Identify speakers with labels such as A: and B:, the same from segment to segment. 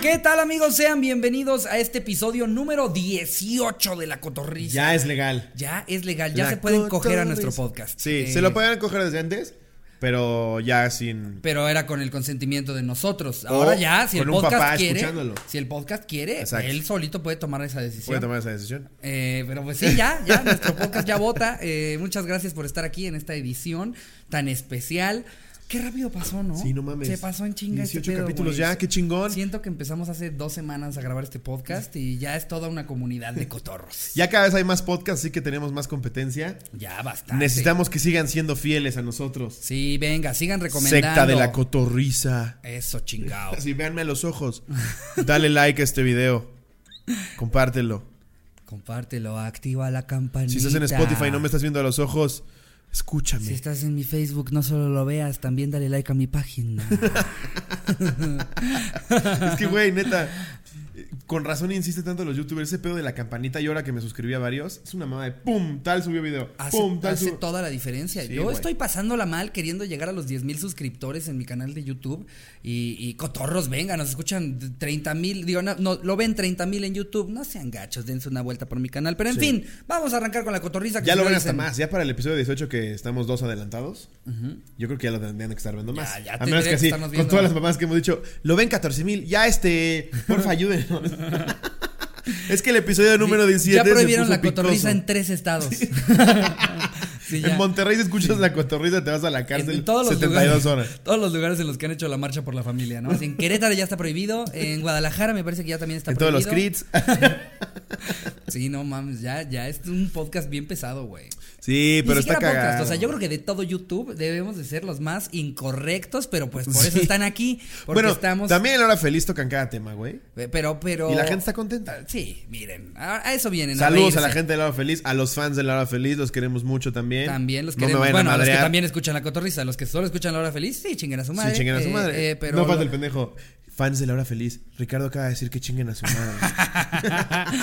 A: ¿Qué tal amigos? Sean bienvenidos a este episodio número 18 de La Cotorrisa.
B: Ya es legal.
A: Ya es legal, ya
B: La
A: se pueden coger a
B: Cotorrisa.
A: nuestro podcast.
B: Sí,
A: Eh,
B: se lo podían coger desde antes, pero ya sin.
A: Pero era con el consentimiento de nosotros.
B: O
A: Ahora ya, si el
B: con un
A: podcast
B: papá
A: quiere,
B: escuchándolo.
A: si el podcast quiere,
B: Exacto.
A: él solito puede tomar esa decisión.
B: Puede tomar esa decisión.
A: Eh, pero pues sí, ya, ya, nuestro podcast ya vota. Eh, muchas gracias por estar aquí en esta edición tan especial. Qué rápido pasó, ¿no?
B: Sí, no mames.
A: Se pasó en chinga. este
B: 18
A: pedo,
B: capítulos
A: güey.
B: ya, qué chingón.
A: Siento que empezamos hace dos semanas a grabar este podcast y ya es toda una comunidad de cotorros.
B: Ya cada vez hay más podcasts, así que tenemos más competencia.
A: ya bastante.
B: Necesitamos que sigan siendo fieles a nosotros.
A: Sí, venga, sigan recomendando.
B: Secta de la cotorriza.
A: Eso, chingao.
B: Así, véanme a los ojos. Dale like a este video. Compártelo.
A: Compártelo, activa la campanita.
B: Si estás en Spotify y no me estás viendo a los ojos, escúchame.
A: Si estás en mi Facebook, no solo lo veas, también dale like a mi página.
B: Es que, güey, neta. eh, Con razón insiste tanto los youtubers. Ese pedo de la campanita y ahora que me suscribí a varios. Es una mamá de pum, tal subió video.
A: Hace,
B: pum, tal
A: hace
B: subió.
A: toda la diferencia.
B: Sí,
A: Yo
B: güey.
A: estoy pasándola mal queriendo llegar a los 10 mil suscriptores en mi canal de YouTube. Y, y cotorros, venga, nos escuchan 30 mil. Digo, no, no, lo ven 30 mil en YouTube. No sean gachos, dense una vuelta por mi canal. Pero en fin, vamos a arrancar con la cotorriza. que
B: Ya
A: si
B: lo
A: no
B: ven hasta
A: dicen-
B: más. Ya para el episodio 18 que estamos dos adelantados. Yo creo que ya lo tendrían que estar viendo
A: Ya,
B: más.
A: ya
B: a menos
A: tendrían que
B: que así,
A: estarnos
B: con
A: viendo.
B: todas las mamás que hemos dicho, lo ven 14 mil. Ya este, porfa, ayúdenos. es que el episodio número 17
A: Ya
B: se
A: prohibieron
B: puso
A: la cotorriza
B: picoso.
A: en tres estados. Sí, ya.
B: En Monterrey si escuchas la cotorriza te vas a la
A: En,
B: cárcel
A: en todos los
B: 72
A: lugares,
B: horas.
A: todos los lugares en los que han hecho la marcha por la familia, ¿no? Así, en Querétaro ya está prohibido, en Guadalajara me parece que ya también está
B: En todos
A: prohibido.
B: los crits.
A: Sí, no mames, ya, ya es un podcast bien pesado, güey.
B: Sí,
A: Ni
B: pero está
A: siquiera podcast,
B: cagado.
A: O sea, yo creo que de todo YouTube debemos de ser los más incorrectos, pero pues por eso están aquí. Porque
B: bueno,
A: estamos.
B: también en la hora feliz tocan cada tema, güey.
A: Eh, Pero, pero.
B: Y la gente está contenta.
A: Sí, miren. A, a eso vienen.
B: Saludos a la
A: reírse.
B: gente de la hora feliz, a los fans de la hora feliz, los queremos mucho también.
A: También los
B: No me
A: queremos.
B: vayan
A: bueno,
B: a
A: a los que
B: madrear.
A: también escuchan la cotorriza. Los que solo escuchan la hora feliz, sí, chinguen a su madre.
B: Sí, chinguen a su
A: Eh,
B: madre.
A: eh, pero
B: no falta el pendejo. Fans de la hora feliz. Ricardo acaba de decir que chinguen a su madre.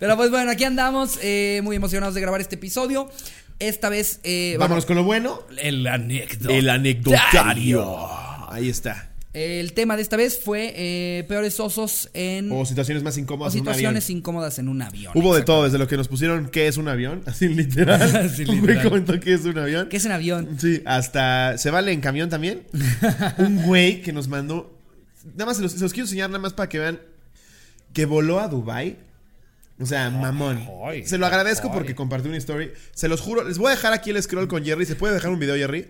A: Pero pues bueno, aquí andamos. eh, muy emocionados de grabar este episodio. Esta vez. Eh,
B: Vámonos con lo bueno.
A: vamos- El anécdota.
B: El anecdotario. Ahí está.
A: El tema de esta vez fue eh, peores osos en.
B: O situaciones más
A: o
B: incómodas. en un avión.
A: situaciones incómodas en un avión.
B: Hubo de todo, desde lo que nos pusieron qué es un avión, así literal.
A: Sí,
B: Un güey
A: literal.
B: comentó qué es un avión.
A: ¿Qué es un avión?
B: Sí, hasta se vale en camión también. Un güey que nos mandó. Nada más se los, se los quiero enseñar, nada más para que vean. Que voló a Dubai. O sea, mamón.
A: Ay,
B: se lo agradezco
A: ay.
B: porque compartió una story. Se los juro, les voy a dejar aquí el scroll con Jerry. ¿Se puede dejar un video, Jerry?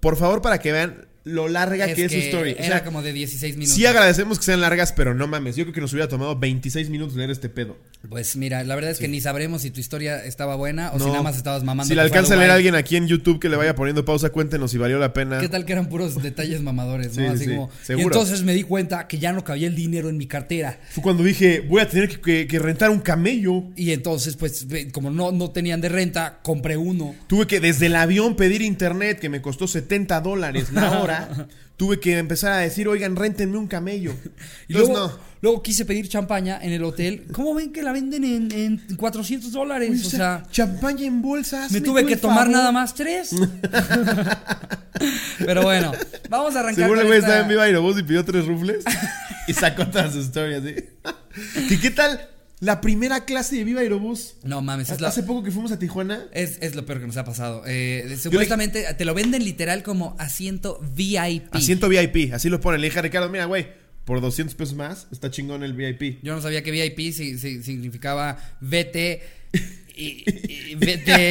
B: Por favor, para que vean lo larga que es su story. O
A: Era
B: sea,
A: como de 16 minutos.
B: sí agradecemos que sean largas, pero no mames. Yo creo que nos hubiera tomado 26 minutos leer este pedo.
A: Pues mira, la verdad es que ni sabremos si tu historia estaba buena o si
B: No.
A: nada más estabas mamando.
B: Si le
A: que fue
B: alcanza a leer a
A: Dubái.
B: alguien aquí en YouTube que le vaya poniendo pausa, cuéntenos si valió la pena.
A: ¿Qué tal que eran puros detalles mamadores,
B: Sí,
A: no? Así
B: sí,
A: como. Y
B: seguro.
A: entonces me di cuenta que ya no cabía el dinero en mi cartera.
B: Fue cuando dije, voy a tener que, que- que rentar un camello.
A: Y entonces, pues, ve- como no, no tenían de renta, compré uno.
B: Tuve que desde el avión pedir internet que me costó 70 dólares la hora. Tuve que empezar a decir, oigan, réntenme un camello.
A: Y
B: Entonces,
A: luego,
B: no.
A: luego quise pedir champaña en el hotel. ¿Cómo ven que la venden en, en 400 dólares? o sea,
B: champaña en bolsas.
A: me tuve que tomar nada más tres. Pero bueno, vamos a arrancar.
B: Seguro el
A: con
B: güey
A: esta-
B: estaba en viva Aerobús y pidió tres rufles. y sacó todas sus historias, ¿sí? ¿Y qué tal la primera clase de viva Aerobús?
A: No mames, es la,
B: Hace poco que fuimos a Tijuana.
A: Es, es lo peor que nos ha pasado. Eh, supuestamente te lo venden literal como asiento VIP.
B: Asiento VIP, así lo ponen. Le dije a Ricardo, mira, güey, por 200 pesos más está chingón el VIP.
A: Yo no sabía que VIP si- si- significaba vete y, y vete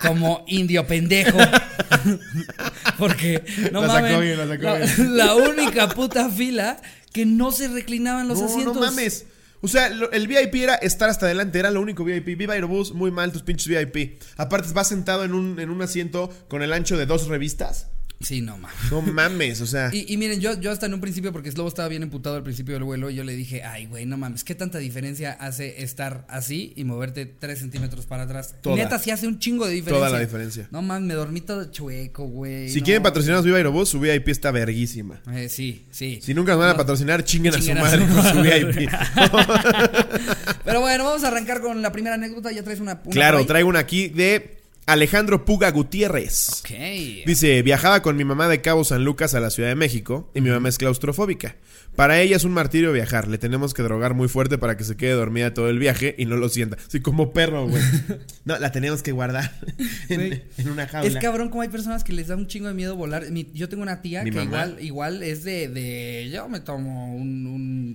A: como indio pendejo. Porque no
B: La sacó
A: mames,
B: bien, la sacó bien.
A: la única puta fila que no se reclinaban los
B: no,
A: asientos.
B: no mames. O sea, lo- el VIP era estar hasta adelante, era lo único VIP. Viva Aerobús, muy mal tus pinches VIP. Aparte, vas sentado en un, en un asiento con el ancho de dos revistas.
A: Sí, no mames.
B: No mames, o sea.
A: Y, y miren, yo, yo hasta en un principio, porque Slobo estaba bien emputado al principio del vuelo, y yo le dije, ay, güey, no mames, ¿qué tanta diferencia hace estar así y moverte tres centímetros para atrás?
B: Toda.
A: Neta, sí hace un chingo de diferencia.
B: Toda la diferencia.
A: No mames, me dormí todo chueco, güey.
B: si
A: no.
B: quieren patrocinarnos Viva Aerobús, su VIP está verguísima.
A: Eh, sí, sí.
B: Si nunca nos van a patrocinar, chinguen a su
A: Chinguen
B: madre con su VIP.
A: Pero bueno, vamos a arrancar con la primera anécdota. Ya traes una. una
B: claro,
A: por ahí.
B: traigo una aquí de Alejandro Puga Gutiérrez.
A: Ok.
B: Dice, viajaba con mi mamá de Cabo San Lucas a la Ciudad de México y mi mamá es claustrofóbica. Para ella es un martirio viajar, le tenemos que drogar muy fuerte para que se quede dormida todo el viaje y no lo sienta. Sí, como perro, güey. No, la tenemos que guardar en,
A: Güey.
B: en una jaula.
A: Es cabrón como hay personas que les da un chingo de miedo volar. Mi- yo tengo una tía
B: Mi
A: que
B: mamá.
A: igual igual es de, de yo me tomo un,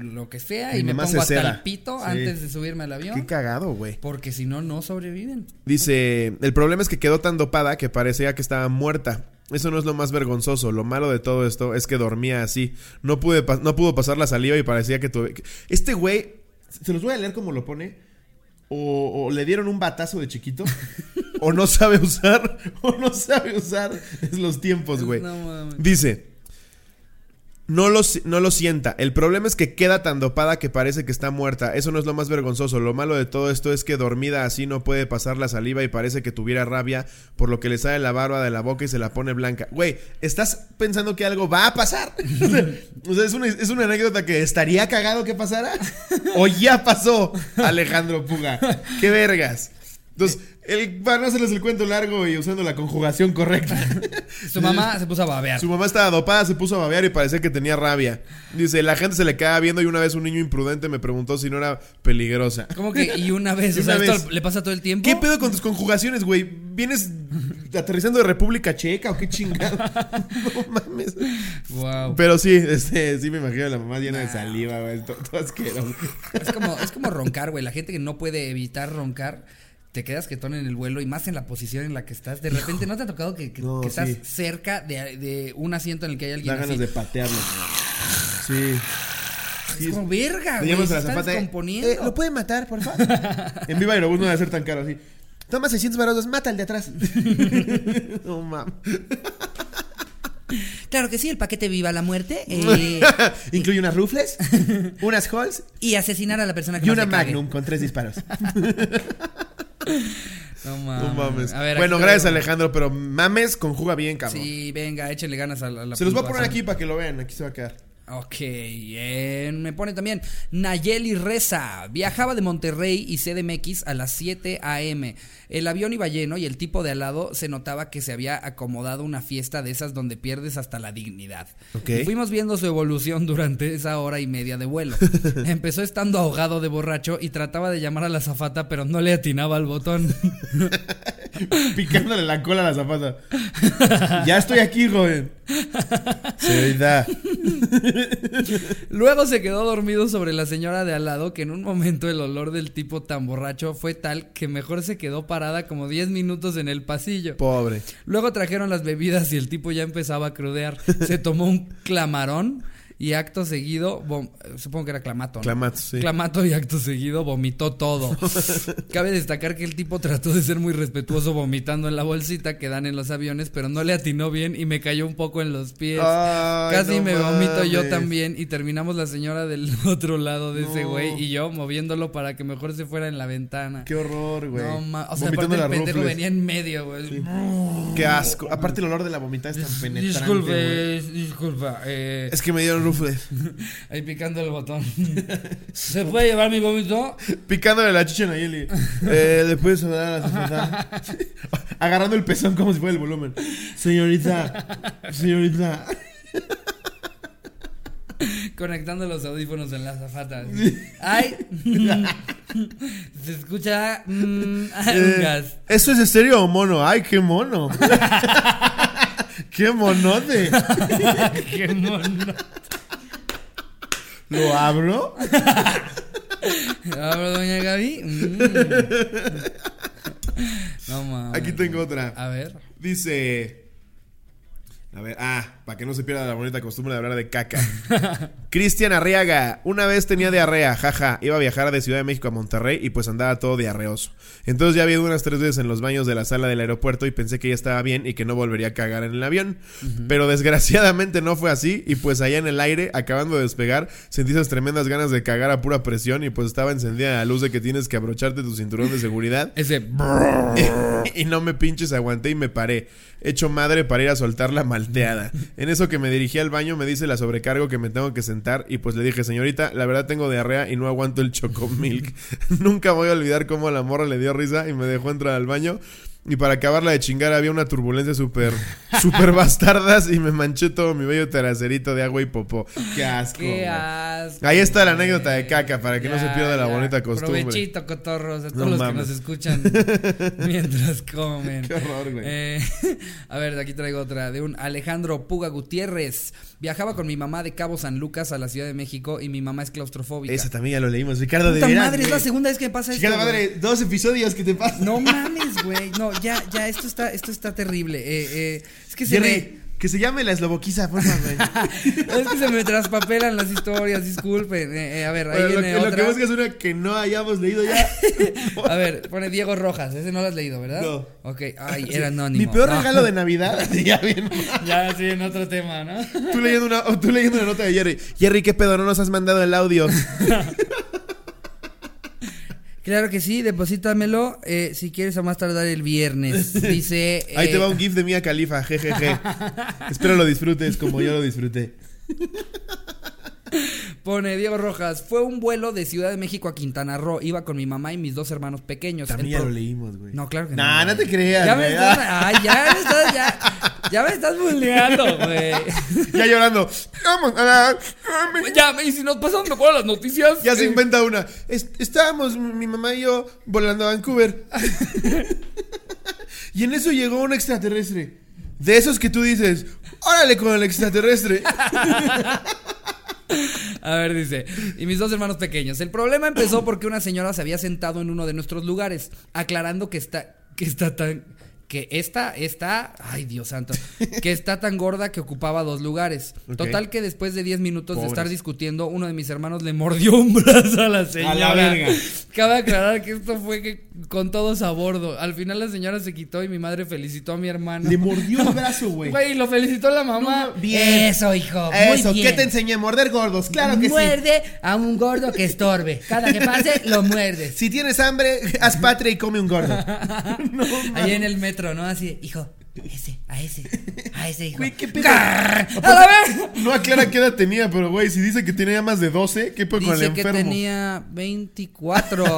A: un lo que sea
B: Mi
A: y me
B: mamá
A: pongo
B: se
A: hasta
B: cera.
A: el pito
B: Sí.
A: antes de subirme al
B: Qué
A: avión
B: cagado, güey.
A: porque si no no sobreviven.
B: Dice, el problema es que quedó tan dopada que parecía que estaba muerta. Eso no es lo más vergonzoso. Lo malo de todo esto es que dormía así. No, pude pa- no pudo pasar la saliva y parecía que tuve... que- Este güey... Se los voy a leer como lo pone. O, o le dieron un batazo de chiquito. o no sabe usar. O no sabe usar es los tiempos, Pues, güey.
A: No mames.
B: Dice. No lo, si- no lo sienta. El problema es que queda tan dopada que parece que está muerta. Eso no es lo más vergonzoso. Lo malo de todo esto es que dormida así no puede pasar la saliva y parece que tuviera rabia, por lo que le sale la barba de la boca y se la pone blanca. Güey, estás pensando que algo va a pasar. o sea, o sea, es, una, es una anécdota que estaría cagado que pasara. o ya pasó, Alejandro Puga. Qué vergas. Entonces, el, para no hacerles el cuento largo y usando la conjugación correcta.
A: Su mamá se puso a babear.
B: Su mamá estaba dopada, se puso a babear y parecía que tenía rabia. Dice, la gente se le quedaba viendo y una vez un niño imprudente me preguntó si no era peligrosa.
A: Como que y una vez,
B: Y
A: o sea,
B: una
A: esto
B: vez.
A: le pasa todo el tiempo.
B: ¿Qué pedo con tus conjugaciones, güey? ¿Vienes aterrizando de República Checa o qué chingado? no mames.
A: Wow.
B: Pero sí, este, sí me imagino a la mamá llena de saliva, güey. Todo, todo asqueroso.
A: Es como es como roncar, güey, la gente que no puede evitar roncar. Te quedas que en el vuelo y más en la posición en la que estás. De repente, ¿no te ha tocado que, que-
B: No,
A: que estás
B: sí.
A: cerca de, de un asiento en el que hay alguien
B: Da ganas
A: así?
B: de patearlo. Sí.
A: Es como verga,
B: Le
A: Ah, güey.
B: llamas
A: se
B: a la
A: está
B: zapata, eh,
A: descomponiendo.
B: eh, ¿Lo puede matar, por favor? en Viva Aerobús no debe ser tan caro así. Toma 600 baratos, mata al de atrás. no mames.
A: Claro que sí, el paquete viva la muerte eh,
B: Incluye unas rufles, unas halls
A: y asesinar a la persona que
B: y
A: más
B: una
A: le cague.
B: magnum con tres disparos.
A: No mames.
B: No mames.
A: A ver,
B: bueno,
A: aquí
B: gracias
A: traigo-
B: Alejandro, pero mames conjuga bien, cabrón.
A: Sí, venga, échenle ganas a la, a la
B: Se los voy a poner
A: puntuación.
B: aquí para que lo vean. Aquí se va a quedar.
A: Ok, eh, me pone también Nayeli Reza. Viajaba de Monterrey y CDMX a las 7 a.m. El avión iba lleno y el tipo de al lado se notaba que se había acomodado una fiesta de esas donde pierdes hasta la dignidad.
B: Ok.
A: Y fuimos viendo su evolución durante esa hora y media de vuelo. Empezó estando ahogado de borracho y trataba de llamar a la zafata, pero no le atinaba al botón.
B: Picándole la cola a la zapata. ya estoy aquí, joven. Señorita.
A: Luego se quedó dormido sobre la señora de al lado, que en un momento el olor del tipo tan borracho fue tal que mejor se quedó parada como 10 minutos en el pasillo.
B: Pobre.
A: Luego trajeron las bebidas y el tipo ya empezaba a crudear. Se tomó un clamarón y acto seguido, vom- supongo que era clamato. ¿no?
B: Clamato, sí.
A: Clamato y acto seguido vomitó todo. Cabe destacar que el tipo trató de ser muy respetuoso vomitando en la bolsita que dan en los aviones, pero no le atinó bien y me cayó un poco en los pies.
B: Ay,
A: Casi
B: no
A: me vomito yo
B: mames.
A: también y terminamos la señora del otro lado de ese
B: No.
A: güey y yo moviéndolo para que mejor se fuera en la ventana.
B: Qué horror, güey.
A: no ma- o sea, aparte
B: Vomitando
A: el
B: las
A: pendejo
B: rufles.
A: venía en medio, güey.
B: Qué asco. Aparte el olor de la vomitada es tan penetrante. güey.
A: Disculpe, disculpa. eh,
B: Es que me dieron rufles.
A: ahí picando el botón. ¿Se puede llevar mi vómito?
B: Picándole la chicha a Nayeli. Eh, le puedes hablar a la señorita. Agarrando el pezón como si fuera el volumen. Señorita. Señorita.
A: Conectando los audífonos en la zafata. Ay, mm, se escucha mm, ay,
B: Eh,
A: un gas.
B: ¿Eso es estéreo o mono? ¡Ay, qué mono! ¡Qué monote!
A: Qué mono.
B: ¿Lo abro?
A: Abro, Ah, doña Gaby. Mm. No mames.
B: Aquí tengo otra.
A: A ver.
B: Dice. A ver, ah, para que no se pierda la bonita costumbre de hablar de caca. Cristian Arriaga, una vez tenía diarrea, jaja, iba a viajar de Ciudad de México a Monterrey y pues andaba todo diarreoso. Entonces ya había ido unas tres veces en los baños de la sala del aeropuerto y pensé que ya estaba bien y que no volvería a cagar en el avión. Pero desgraciadamente no fue así y pues allá en el aire, acabando de despegar, sentí esas tremendas ganas de cagar a pura presión y pues estaba encendida la luz de que tienes que abrocharte tu cinturón de seguridad
A: Ese.
B: y no me pinches, aguanté y me paré. Hecho madre para ir a soltar la malteada. En eso que me dirigí al baño me dice la sobrecargo que me tengo que sentar y pues le dije, señorita, la verdad tengo diarrea y no aguanto el chocomilk. Nunca voy a olvidar cómo a la morra le dio risa y me dejó entrar al baño. Y para acabarla de chingar había una turbulencia súper, súper bastardas y me manché todo mi bello teracerito de agua y popó. ¡Qué asco!
A: Qué
B: güey.
A: asco.
B: Ahí está la
A: güey.
B: anécdota de caca, para que no se pierda la bonita costumbre.
A: Provechito, cotorros, a todos
B: No
A: los
B: mames.
A: que nos escuchan mientras comen.
B: Qué horror, güey.
A: Eh, a ver, aquí traigo otra de un Alejandro Puga Gutiérrez. Viajaba con mi mamá de Cabo San Lucas a la Ciudad de México y mi mamá es claustrofóbica.
B: Esa también ya lo leímos. Ricardo, de
A: Puta
B: veras,
A: madre, es la
B: güey.
A: segunda vez que me pasa esto.
B: Chingada
A: Este, güey.
B: madre, dos episodios que te pasan.
A: No mames, güey. No, ya, ya, esto está, esto está terrible. Eh, eh, es que se me.
B: Jerry, que se llame la esloboquiza, por favor.
A: Es que se me traspapelan las historias, disculpen. Eh, eh, a ver, ahí
B: Bueno, lo,
A: viene
B: que- lo
A: otra.
B: que buscas es una que no hayamos leído ya.
A: A ver, pone Diego Rojas, ese no lo has leído, ¿verdad?
B: No.
A: Ok, ay, era anónimo.
B: Mi peor
A: No.
B: regalo de Navidad. ya bien.
A: Ya, sí, en otro tema, ¿no?
B: Tú leyendo, una, o tú leyendo una nota de Jerry. Jerry, ¿qué pedo? No nos has mandado el audio.
A: Claro que sí, deposítamelo eh, si quieres a más tardar el viernes. Dice.
B: Ahí te
A: eh,
B: va un gif de Mía Califa, jejeje. Espero lo disfrutes como yo lo disfruté.
A: Pone Diego Rojas. Fue un vuelo de Ciudad de México a Quintana Roo. Iba con mi mamá y mis dos hermanos pequeños. El
B: También ya
A: pro-
B: lo leímos, güey.
A: No, claro que no.
B: Nah, no te creas.
A: Ya me
B: güey. Ah,
A: estás. Ay, ya me estás. Ya, ya me estás bulleando, güey.
B: Ya llorando. Vamos a la- a mi-
A: Ya, y si nos pasan de acuerdo las noticias.
B: Ya se
A: eh,
B: inventa una. Es- estábamos mi mi mamá y yo volando a Vancouver. y en eso llegó un extraterrestre. De esos que tú dices, órale con el extraterrestre.
A: A ver, dice. Y mis dos hermanos pequeños. El problema empezó porque una señora se había sentado en uno de nuestros lugares, aclarando que está, que está tan. Que esta está. Ay, Dios santo. Que está tan gorda que ocupaba dos lugares.
B: Ok.
A: Total que después de 10 minutos de
B: Pobres.
A: estar discutiendo, uno de mis hermanos le mordió un brazo a la señora.
B: verga.
A: Cabe aclarar que esto fue que- con todos a bordo. Al final la señora se quitó y mi madre felicitó a mi hermano.
B: Le mordió el brazo, güey.
A: Güey, lo felicitó la mamá.
B: No, bien.
A: Eso, hijo. muy
B: Eso,
A: bien.
B: ¿qué te enseñé? Morder gordos, claro que sí.
A: muerde a un gordo que estorbe. Cada que pase, lo muerdes.
B: Si tienes hambre, haz patria y come un gordo.
A: Ahí en el metro, ¿no? Así, de, hijo, ese, a ese, a ese hijo.
B: Güey, qué pedo.
A: ¡Grrr! ¡A la vez!
B: No aclara qué edad tenía, pero güey, si dice que tenía más de 12, ¿qué puede con el
A: Dice que
B: enfermo?
A: tenía 24.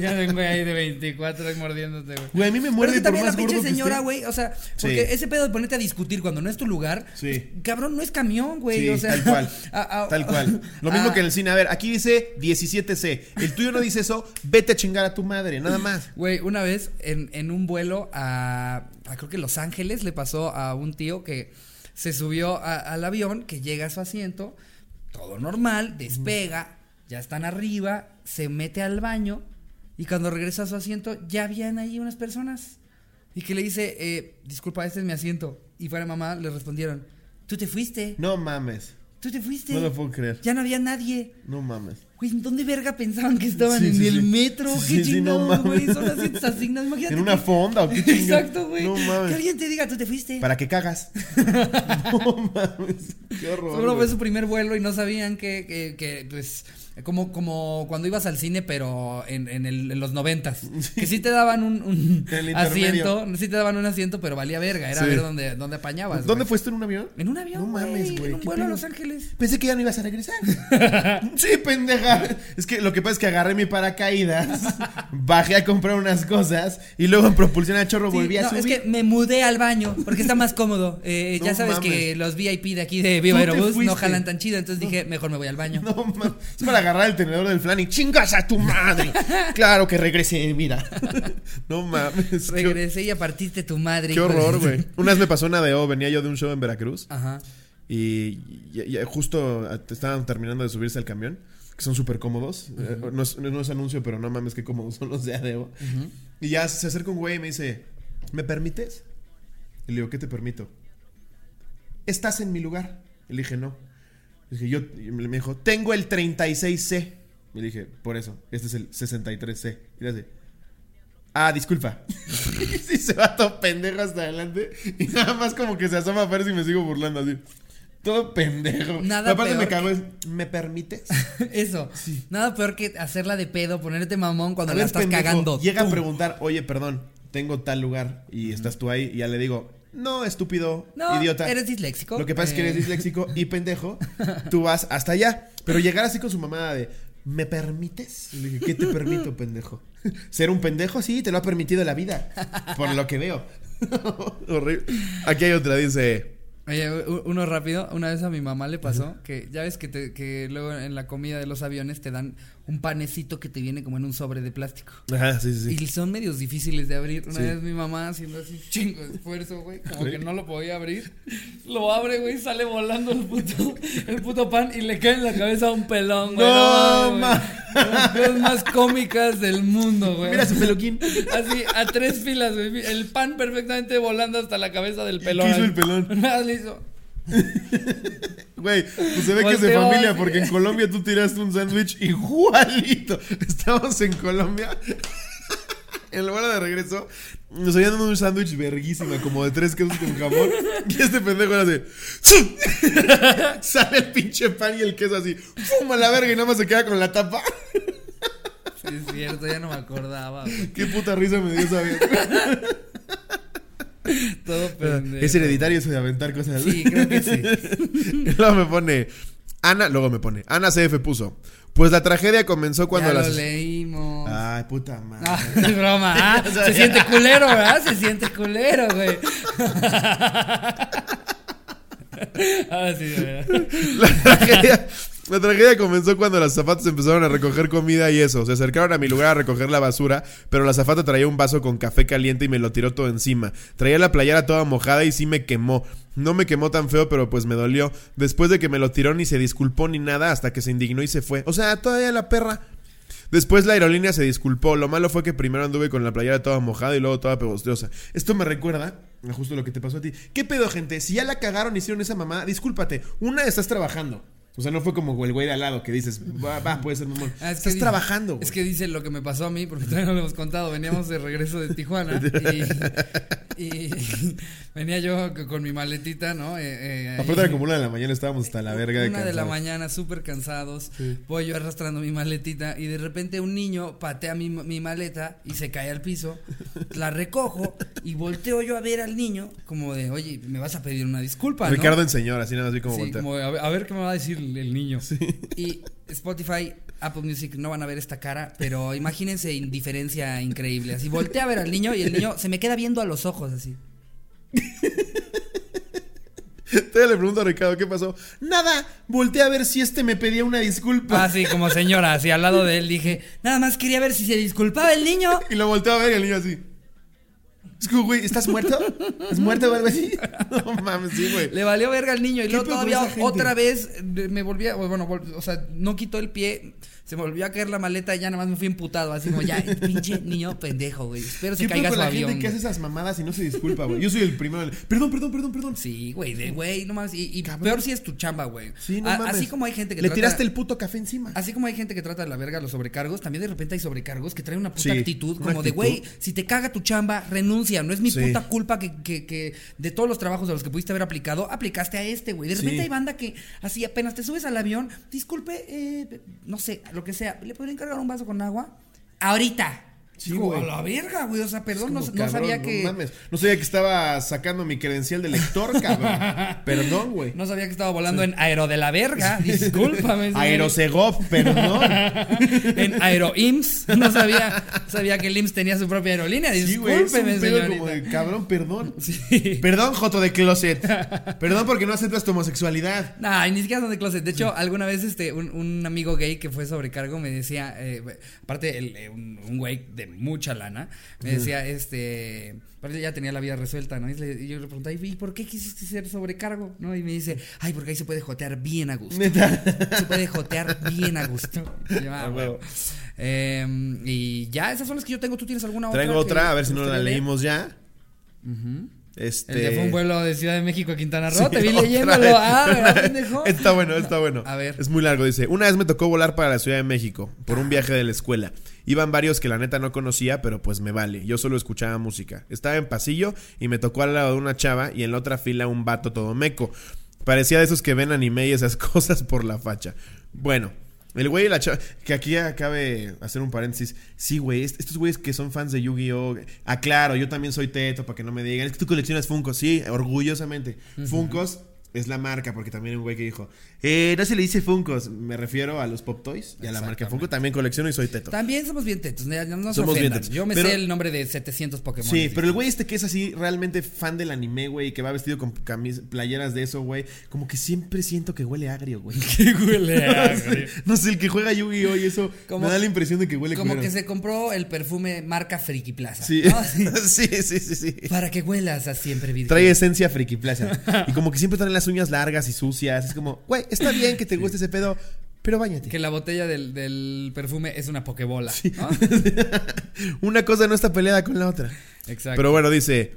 A: ya vengo ahí de 24 mordiéndote, güey.
B: Güey, a mí me
A: Pero es
B: muerde
A: que
B: por
A: también
B: más
A: la pinche
B: gordo que
A: señora,
B: esté.
A: güey, o sea,
B: Sí.
A: porque ese pedo de ponerte a discutir cuando no es tu lugar,
B: Sí.
A: pues, cabrón, no es camión, güey,
B: Sí,
A: o sea,
B: tal cual.
A: a- ah. a-
B: tal cual. Lo mismo
A: a-
B: que en el cine. A ver, aquí dice 17C. El tuyo no dice eso, vete a chingar a tu madre, nada más.
A: Güey, una vez en, en un vuelo a, a creo que Los Ángeles le pasó a un tío que se subió a- al avión, que llega a su asiento, todo normal, despega, ya están arriba, se mete al baño y cuando regresa a su asiento ya habían ahí unas personas y que le dice, eh, disculpa, este es mi asiento. Y fuera mamá le respondieron, tú te fuiste,
B: No mames.
A: tú te fuiste.
B: No lo puedo creer.
A: Ya no había nadie.
B: No mames.
A: Güey, ¿en dónde verga pensaban que estaban?
B: Sí,
A: ¿En
B: sí,
A: el
B: sí.
A: metro?
B: Sí,
A: ¿Qué
B: sí, sí, no
A: chingados,
B: mames.
A: güey? Son asientos asignados, imagínate.
B: ¿En una
A: que-
B: fonda o qué chingados?
A: Exacto, güey.
B: No
A: Que
B: mames.
A: alguien te diga, tú te fuiste.
B: Para que cagas. No mames. Qué horror.
A: Seguro fue
B: güey.
A: su primer vuelo y no sabían que, que, que, pues, como, como cuando ibas al cine, pero en, en, el- en los noventas. Que sí te daban un, un
B: El intermedio.
A: asiento, sí te daban un asiento, pero valía verga, era
B: Sí.
A: ver dónde, dónde apañabas.
B: ¿Dónde
A: güey.
B: fuiste en un avión?
A: En un avión,
B: No
A: güey,
B: mames, güey,
A: en un
B: qué
A: vuelo a
B: pedo.
A: Los Ángeles.
B: Pensé que ya no ibas a regresar. sí, pendeja. Es que lo que pasa es que agarré mi paracaídas, bajé a comprar unas cosas y luego en propulsión a chorro
A: Sí,
B: volví a
A: no,
B: subir.
A: es que me mudé al baño porque está más cómodo. Eh, ya
B: No
A: sabes que
B: mames.
A: los VIP de aquí de Viva
B: Tú te
A: Aerobús no
B: fuiste.
A: jalan tan chido, entonces dije, mejor me voy al baño.
B: No mames. Es para agarrar el tenedor del flan y chingas a tu madre. Claro que regresé, mira. No mames. Qué,
A: Regresé y apartiste tu madre.
B: qué
A: hijo de-
B: horror, güey. Una vez me pasó una de O, venía yo de un show en Veracruz
A: Ajá.
B: y, y- y justo a- estaban terminando de subirse al camión, que son súper cómodos. Eh, no, es, no es anuncio, pero no mames qué cómodos son los de ADO. Y ya se acerca un güey y me dice, ¿me permites? Y le digo, ¿qué te permito? ¿Estás en mi lugar? Y le dije, no. Le dije, yo, y me me dijo, tengo el 36C. Y le dije, por eso, este es el 63C. Y le hace, ah, disculpa. y se va todo pendejo hasta adelante. Y nada más como que se asoma a ver si me sigo burlando así. Todo pendejo.
A: Nada
B: Aparte me
A: peor
B: cagó, es, ¿me permites?
A: Eso. Nada peor que hacerla de pedo, ponerte mamón cuando
B: A
A: la
B: ver,
A: estás
B: pendejo,
A: cagando.
B: Llega
A: tú.
B: a preguntar, oye, perdón, tengo tal lugar y estás tú ahí. Y ya le digo, no, estúpido,
A: No,
B: idiota.
A: eres disléxico.
B: Lo que pasa es que eres
A: Eh.
B: disléxico y pendejo, tú vas hasta allá. Pero llegar así con su mamada de,
C: ¿me permites? Y le dije, ¿qué te permito, pendejo? ¿Ser un pendejo? Sí, te lo ha permitido la vida, por lo que veo.
B: Horrible. Aquí hay otra, dice.
A: Oye, u- uno rápido, una vez a mi mamá le pasó que ya ves que, te- que luego en la comida de los aviones te dan un panecito que te viene como en un sobre de plástico.
B: Ajá, sí, sí, sí.
A: Y son medios difíciles de abrir. Una
B: Sí.
A: vez mi mamá haciendo así chingo de esfuerzo, güey, como que no lo podía abrir. Lo abre, güey, sale volando el puto, el puto pan y le cae en la cabeza un pelón, güey.
C: No,
A: mames, güey. Las cosas más cómicas del mundo, güey.
C: Mira su peluquín.
A: Así, a tres filas, güey. El pan perfectamente volando hasta la cabeza del
B: qué
A: pelón.
B: hizo el pelón?
A: Nada, le hizo.
B: Güey, pues se ve que es de
A: Volteo
B: familia
A: así.
B: porque en Colombia tú tiraste un sándwich igualito. Estábamos en Colombia. En lugar de regreso, nos habían dado un sándwich verguísima, como de tres quesos con jamón. Y este pendejo era así. ¡zum! Sale el pinche pan y el queso así. ¡Fuma la verga! Y nada más se queda con la tapa.
A: Sí, es cierto, ya no me acordaba, güey.
B: ¡Qué puta risa me dio esa vez!
A: Todo pendejo.
B: Ah, Es hereditario eso de aventar cosas así.
A: Sí, creo que sí.
B: luego me pone. Ana, luego me pone. Ana CF puso. Pues la tragedia comenzó cuando
A: ya
B: las.
A: lo leímos.
C: Ay, puta madre.
A: Ah, es broma, ¿ah? Se siente culero, ¿verdad? Se siente culero, güey. Ah, sí, de verdad.
B: La tragedia, la tragedia comenzó cuando las zapatas empezaron a recoger comida y eso. Se acercaron a mi lugar a recoger la basura, pero la zafata traía un vaso con café caliente y me lo tiró todo encima. Traía la playera toda mojada y sí me quemó. No me quemó tan feo, pero pues me dolió. Después de que me lo tiró ni se disculpó ni nada hasta que se indignó y se fue. O sea, todavía la perra. Después la aerolínea se disculpó. Lo malo fue que primero anduve con la playera toda mojada y luego toda pegostiosa.
C: Esto me recuerda a justo lo que te pasó a ti. ¿Qué pedo, gente? Si ya la cagaron, hicieron esa mamá, discúlpate. Una, estás trabajando. O sea, no fue como el güey de al lado que dices, va, va, puede ser mamón.
A: Ah, es que
C: estás
A: dice-
C: trabajando, güey.
A: Es que dice lo que me pasó a mí, porque todavía no lo hemos contado. Veníamos de regreso de Tijuana y, y venía yo c- con mi maletita, ¿no? Eh, eh, ahí.
B: Aparte era como una de la mañana, estábamos hasta la verga de
A: Una de la
B: cansados.
A: mañana, súper cansados. Voy yo arrastrando mi maletita y de repente un niño patea mi, mi maleta y se cae al piso. La recojo y volteo yo a ver al niño como de, oye, me vas a pedir una disculpa. ¿no?
B: Ricardo en señor, así nada más vi como
A: Sí,
B: voltea.
A: como de, a, ver, a ver qué me va a decir el el niño. Y Spotify, Apple Music no van a ver esta cara, pero imagínense indiferencia increíble. Así volteé a ver al niño y el niño se me queda viendo a los ojos así.
B: Todavía le pregunto a Ricardo qué pasó.
C: Nada, volteé a ver si este me pedía una disculpa.
A: Así Ah, como señora, así al lado de él dije, nada más quería ver si se disculpaba el niño.
B: Y lo volteó a ver y el niño así.
C: Es como, güey, ¿estás muerto? ¿Estás muerto o algo así?
B: No mames, sí, güey.
A: Le valió verga al niño y luego
C: pedo con
A: todavía
C: esa gente?
A: otra vez eh, me volví a, bueno, vol- o sea, no quitó el pie, se me volvió a caer la maleta y ya nada más me fui imputado, así como ya, pinche niño pendejo, güey. Espero se
C: ¿Qué pedo
A: caiga
C: con
A: su
C: la
A: avión.
C: gente que
A: güey.
C: hace esas mamadas y no se disculpa, güey? Yo soy el primero. en- Perdón, perdón, perdón, perdón.
A: Sí, güey, de güey, no mames. Y, y peor si es tu chamba, güey.
C: Sí, no
A: A-
C: mames.
A: Así como hay gente que
C: Le
A: trata-
C: tiraste el puto café encima.
A: Así como hay gente que trata de la verga los sobrecargos, también de repente hay sobrecargos que traen una puta
C: Sí,
A: actitud
C: una
A: como de,
C: actitud.
A: güey, si te caga tu chamba, renuncia. No es mi
C: Sí.
A: puta culpa que, que- que de todos los trabajos a los que pudiste haber aplicado, aplicaste a este, güey. De repente
C: Sí.
A: hay banda que así apenas te subes al avión, disculpe, eh, no sé, lo que sea, ¿le podría encargar un vaso con agua? Ahorita.
C: Sí,
A: Digo,
C: güey.
A: A la verga, güey. O sea, perdón, no,
C: Como,
A: no sabía
C: cabrón,
A: que...
C: No, mames. no sabía que estaba sacando mi credencial de lector, cabrón. Perdón, güey.
A: No sabía que estaba volando en Aero de la Verga. Discúlpame. señor.
C: Aerosegov, perdón.
A: en Aeroims. No sabía, sabía que el IMSS tenía su propia aerolínea.
C: Sí, güey. Es un
A: Discúlpeme,
C: pedo
A: señorita.
C: como de, cabrón, perdón.
A: Sí.
C: Perdón, Joto de Closet. Perdón porque no aceptas tu homosexualidad.
A: Nah, y ni siquiera son de closet. De hecho, alguna vez este un, un amigo gay que fue sobrecargo me decía, eh, aparte el- eh, un, un güey de mucha lana, me decía, este, parece ya tenía la vida resuelta, ¿no? Y, le- y yo le pregunté, ¿y por qué quisiste ser sobrecargo? ¿No? Y me dice, ay, porque ahí se puede jotear bien a gusto. Se puede jotear bien a gusto. Y yo, ah,
B: A huevo.
A: bueno. Eh, y ya, esas son las que yo tengo. ¿Tú tienes alguna otra?
B: Traigo
A: que
B: otra, a ver
A: te
B: si no la
A: gustaría leer?
B: leímos ya.
A: El de
B: Este.
A: fue un vuelo de Ciudad de México a Quintana Roo.
B: Sí,
A: Te vi
B: otra
A: leyéndolo.
B: vez.
A: Ah, ¿verdad, pendejo?
B: Está bueno, está bueno.
A: A ver.
B: Es muy largo, dice. Una vez me tocó volar para la Ciudad de México por un viaje de la escuela. Iban varios que la neta no conocía, pero pues me vale. Yo solo escuchaba música. Estaba en pasillo y me tocó al lado de una chava y en la otra fila un vato todo meco. Parecía de esos que ven anime y esas cosas por la facha. Bueno. El güey y la chava. Que aquí acabe hacer un paréntesis. Sí, güey. est- Estos güeyes que son fans de Yu-Gi-Oh! Ah, claro, yo también soy teto, para que no me digan. Es que tú coleccionas Funko. Sí, orgullosamente. Funkos es la marca, porque también hay un güey que dijo, eh, no se le dice Funkos, me refiero a los Pop Toys y a la marca Funko, también colecciono y soy teto.
A: También somos bien tetos. No, no se
B: Somos bien
A: ofendan.
B: tetos.
A: Yo me
B: Pero-
A: sé el nombre de 700 Pokémon.
B: Sí, pero el güey este que es así realmente fan del anime, güey, y que va vestido con camis, playeras de eso, güey, como que siempre siento que huele agrio, güey.
A: ¿Qué huele a-
B: no sé, el que juega Yu-Gi-Oh! y eso
A: Como-
B: me da la impresión de que huele
A: Como
B: culero.
A: que se compró el perfume marca Friki Plaza.
B: Sí.
A: ¿no? Así,
B: Ah, sí, sí, sí, sí.
A: Para que huelas a siempre virgen.
B: Trae esencia friki plaza. Y como que siempre traen las uñas largas y sucias. Es como, güey, está bien que te guste ese pedo, pero bañate.
A: Que la botella del, del perfume es una pokebola. ¿no?
B: Una cosa no está peleada con la otra.
A: Exacto.
D: Pero bueno, dice.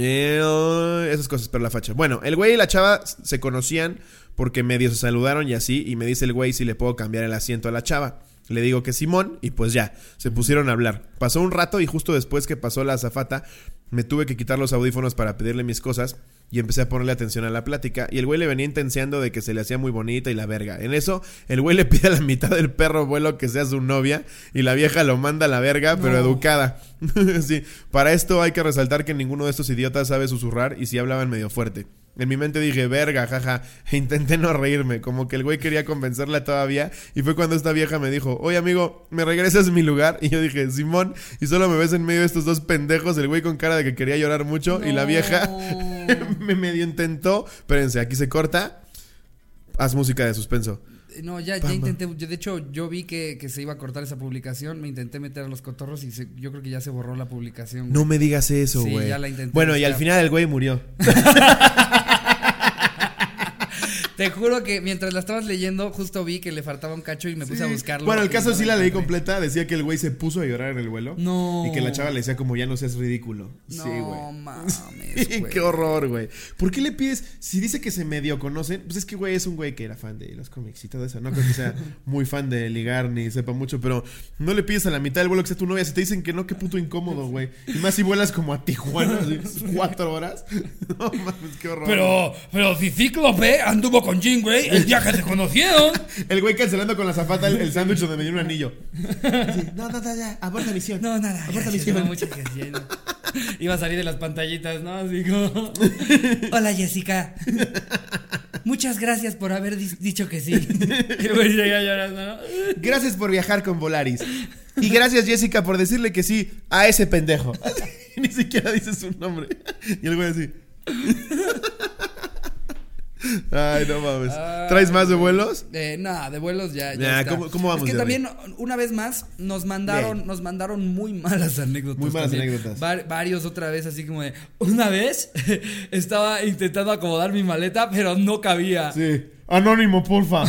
D: eh, esas cosas, pero la facha. Bueno, el güey y la chava s- se conocían porque medio se saludaron y así. Y me dice el güey si le puedo cambiar el asiento a la chava. Le digo que Simón y pues ya, se pusieron a hablar. Pasó un rato y justo después que pasó la azafata, me tuve que quitar los audífonos para pedirle mis cosas y empecé a ponerle atención a la plática. Y el güey le venía intenseando de que se le hacía muy bonita y la verga. En eso, el güey le pide a la mitad del perro vuelo que sea su novia y la vieja lo manda a la verga, pero
A: No.
D: educada. sí, para esto hay que resaltar que ninguno de estos idiotas sabe susurrar y si hablaban medio fuerte. En mi mente dije, verga, jaja, e intenté no reírme, como que el güey quería convencerla todavía, y fue cuando esta vieja me dijo, oye amigo, ¿me regresas a mi lugar? Y yo dije, Simón, y solo me ves en medio de estos dos pendejos, el güey con cara de que quería llorar mucho, y la vieja
A: No.
D: me medio intentó, espérense, aquí se corta, haz música de suspenso.
A: No, ya, ya intenté. yo, de hecho, yo vi que, que se iba a cortar esa publicación. Me intenté meter a los cotorros y se- yo creo que ya se borró la publicación.
D: No me digas eso,
A: Sí,
D: güey.
A: ya la intenté
D: bueno, y al
A: buscar.
D: final el güey murió.
A: Te juro que mientras la estabas leyendo, justo vi que le faltaba un cacho y me puse a
B: Sí.
A: buscarlo.
B: Bueno, el
A: y
B: caso
A: no
B: sí la leí
A: encontré.
B: completa. Decía que el güey se puso a llorar en el vuelo.
A: No.
B: Y que la chava le decía como ya no seas ridículo.
A: No,
B: sí, güey.
A: mames. güey.
B: Qué horror, güey. ¿Por qué le pides? Si dice que se medio conocen, pues es que, güey, es un güey que era fan de los cómics y todo eso. No creo que sea muy fan de ligar ni sepa mucho, pero no le pides a la mitad del vuelo que sea tu novia. Si te dicen que no, qué puto incómodo, güey. Y más si vuelas como a Tijuana, así, cuatro horas. No mames, qué horror.
A: Pero, pero si Cíclope anduvo con Jean Grey el día que se conocieron.
B: El güey cancelando con la zapata el, el sándwich donde me dio un anillo. Sí, No, no, no, ya, aborta misión.
A: No, nada. gracias, no, muchas gracias. no. Iba a salir de las pantallitas, ¿no? Así como. Hola, Jessica. Muchas gracias por haber dis- dicho que sí. Y luego llega llorando, ¿no?
B: Gracias por viajar con Volaris. Y gracias, Jessica, por decirle que sí a ese pendejo. Ni siquiera dice su nombre. Y el güey así. Ay, no mames.
D: ¿Traes más de vuelos?
A: Eh, nada, de vuelos ya. ya
D: Nah,
A: está.
D: ¿cómo- cómo vamos
A: Es
D: de
A: que también, una vez más, nos mandaron, nos mandaron muy malas anécdotas.
B: Muy malas
A: también.
B: anécdotas.
A: Va- varios otra vez, así como de. Una vez estaba intentando acomodar mi maleta, pero no cabía.
B: Sí. Anónimo, porfa.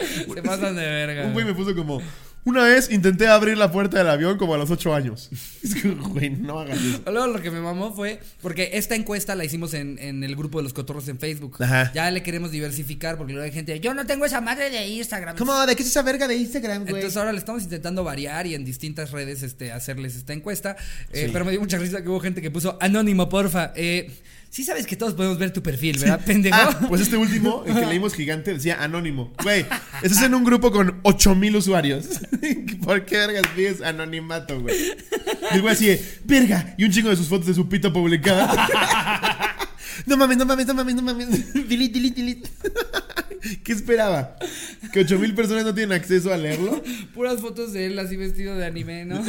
A: Se pasan de verga.
B: Un güey me puso como. Una vez intenté abrir la puerta del avión como a los 8 años. Es que, güey, no hagas eso.
A: Luego lo que me mamó fue, porque esta encuesta la hicimos en, en el grupo de los cotorros en Facebook.
D: Ajá.
A: Ya le queremos diversificar porque luego hay gente, yo no tengo esa madre de Instagram.
B: ¿Cómo? ¿De qué es esa verga de Instagram, güey?
A: Entonces ahora le estamos intentando variar y en distintas redes este, hacerles esta encuesta. Eh, Pero me dio mucha risa que hubo gente que puso anónimo, porfa. Eh, sí sabes que todos podemos ver tu perfil, ¿verdad, pendejo?
B: Ah, pues este último, el que leímos gigante, decía anónimo. Güey, estás en un grupo con 8000 usuarios. ¿Por qué vergas pides anonimato, güey? Y el güey así, de, verga, y un chingo de sus fotos de su pito publicada. No mames, no mames, no mames, no mames. Delete, delete, delete. ¿Qué esperaba? ¿Que 8000 personas no tienen acceso a leerlo?
A: Puras fotos de él así vestido de anime, ¿no?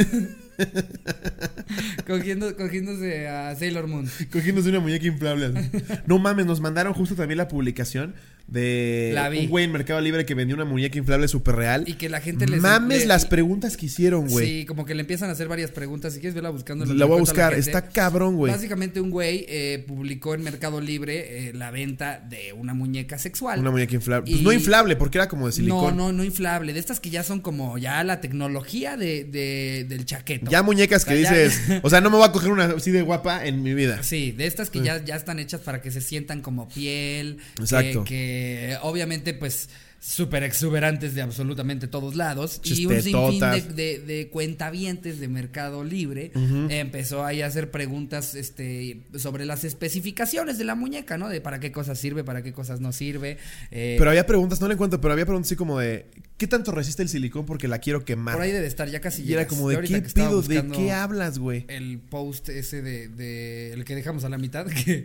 A: Cogiendo, cogiéndose a Sailor Moon.
B: Cogiéndose una muñeca inflable. así. No mames, nos mandaron justo también la publicación de
A: La vi.
B: un güey en Mercado Libre que vendió una muñeca inflable súper real.
A: Y que la gente les-
B: Mames
A: le-
B: las preguntas que hicieron, güey.
A: Sí, como que le empiezan a hacer varias preguntas. Si quieres verla buscando.
D: La voy a buscar, está
A: está
D: cabrón, güey.
A: Básicamente un güey eh, publicó en Mercado Libre eh, la venta de una muñeca sexual.
D: Una muñeca inflable. Pues
A: Y-
D: no inflable, porque era como de
A: no,
D: silicón.
A: no, no inflable. De estas que ya son como ya la tecnología de, de- del chaqueto.
D: Ya muñecas que
A: O sea, ya-
D: dices,
B: O sea, no me voy a coger una así de guapa en mi vida.
A: Sí, de estas que ya, ya están hechas para que se sientan como piel. que-
D: Exacto.
A: Que, obviamente, pues. súper exuberantes de absolutamente todos lados. Y un sinfín de,
B: Chistetotas.
A: de, de cuentavientes de Mercado Libre empezó ahí a hacer preguntas este, sobre las especificaciones de la muñeca, ¿no? De para qué cosas sirve, para qué cosas no sirve. eh,
B: Pero había preguntas, no le encuentro, pero había preguntas así como de, ¿qué tanto resiste el silicón porque la quiero quemar?
A: por ahí debe estar ya casi
B: y era
A: llegas.
B: como
A: Yo
B: de,
A: ahorita
B: ¿qué
A: que estaba
B: pido? ¿De
A: buscando Eh,
B: qué hablas, güey?
A: el post ese de, de- el que dejamos a la mitad que,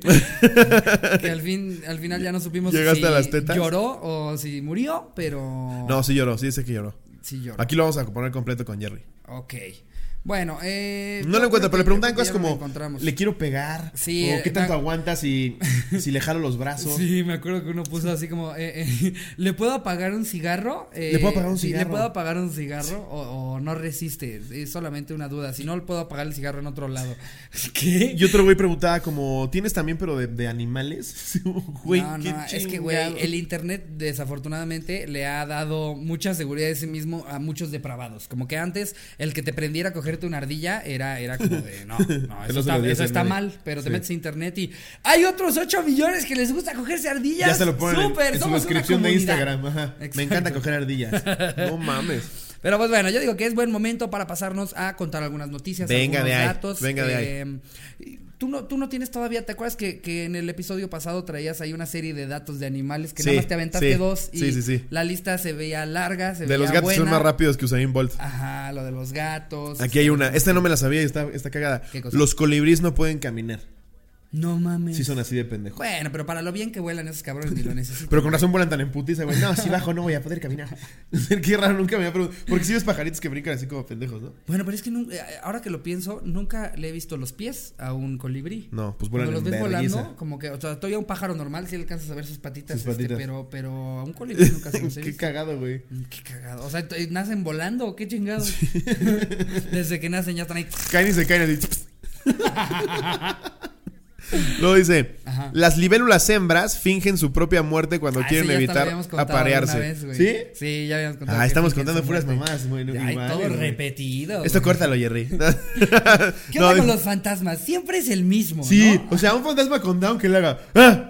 A: que al fin al final ya no supimos
B: ¿Llegaste
A: si
B: a las tetas?
A: lloró o si murió pero
B: No, Ah. sí lloró, sí dice que lloró.
A: sí lloró
B: Aquí lo vamos a poner completo con Jerry.
A: Ok. bueno eh,
B: No
A: yo
B: lo
A: creo
B: encuentro, pero le
A: que-
B: preguntan
A: yo creo
B: cosas
A: que ya lo
B: como,
A: encontramos.
B: le quiero pegar.
A: sí
C: o qué
A: eh,
C: tanto
A: me-
C: aguanta si, si le jalo los brazos.
A: Sí, me acuerdo que uno puso así como, eh, eh, ¿le puedo apagar un cigarro? Eh,
C: ¿Le puedo apagar un
A: sí, ¿Le
C: cigarro?
A: puedo apagar un cigarro o, o no resiste? Es solamente una duda. Si no, le puedo apagar el cigarro en otro lado. ¿Qué?
C: Y otro güey preguntaba como, ¿tienes también pero de, de animales? Sí, güey,
A: no,
C: qué
A: no, es que, güey,
C: chingado.
A: el internet desafortunadamente le ha dado mucha seguridad de sí mismo a muchos depravados. Como que antes el que te prendiera a cogerte una ardilla era, era como de, no, no,
C: se
A: eso
C: lo
A: está,
C: digas
A: eso
C: a
A: está
C: nadie.
A: mal, pero te metes a internet y hay otros 8 millones que les gusta cogerse ardillas.
C: Ya se lo ponen en-
A: Súper,
C: en su
A: somos una
C: descripción de
A: comunidad.
C: Instagram. ajá.
A: Exacto.
C: Me encanta coger ardillas.
B: No mames.
A: Pero pues bueno, yo digo que es buen momento para pasarnos a contar algunas noticias,
B: Venga
A: algunos
B: de ahí,
A: datos.
B: venga de
A: Eh, Tú no, tú no tienes todavía, ¿te acuerdas que, que en el episodio pasado traías ahí una serie de datos de animales que
B: Sí,
A: nada más te aventaste
B: sí,
A: dos y
B: sí, sí, sí.
A: la lista se veía larga, se
B: De
A: veía
B: los gatos son
A: buena.
B: más rápidos que Usain Bolt.
A: Ajá, lo de los gatos.
B: Aquí hay una. Esta no me la sabía y está, está cagada.
A: ¿Qué cosa?
B: Los colibríes no pueden caminar.
A: No mames.
C: Sí son así de pendejos.
A: Bueno, pero para lo bien que vuelan esos cabrones ni lo necesitan.
C: Pero con razón vuelan tan en putiza, güey. No, así bajo no voy a poder caminar. Qué raro, nunca me había preguntado. Porque si ves pajaritos que brincan así como pendejos, ¿no?
A: Bueno, pero es que nun- eh, ahora que lo pienso, nunca le he visto los pies a un colibrí.
B: No, pues vuelan
A: Cuando los
B: en
A: ves
B: vergüenza.
A: volando, como que, o sea, todavía un pájaro normal si alcanzas a ver sus patitas,
C: Sus
A: este,
C: patitas.
A: pero, pero a un colibrí nunca se los he
C: Qué
A: visto.
C: cagado, güey.
A: Mm, Qué cagado. O sea, t- nacen volando, qué chingados. Desde que nacen ya están ahí.
B: Caen y se caen así. Luego dice,
A: Ajá.
B: las libélulas hembras fingen su propia muerte cuando
A: Ah,
B: quieren
A: sí, ya hasta lo
B: evitar
A: habíamos contado
B: aparearse.
A: alguna vez, güey.
C: ¿Sí?
A: Sí, ya habíamos contado.
B: Ah,
A: que
B: estamos
A: fingen
B: contando
A: su
B: puras
A: muerte.
C: Mamás, güey. no-
A: Ay,
C: igual,
A: todo
C: güey.
A: repetido.
B: Esto
A: güey.
B: córtalo, Jerry.
A: ¿Qué
B: No,
A: onda con
B: es-
A: los fantasmas? Siempre es el mismo.
C: Sí, o sea, un fantasma con down que le haga. ¡Ah!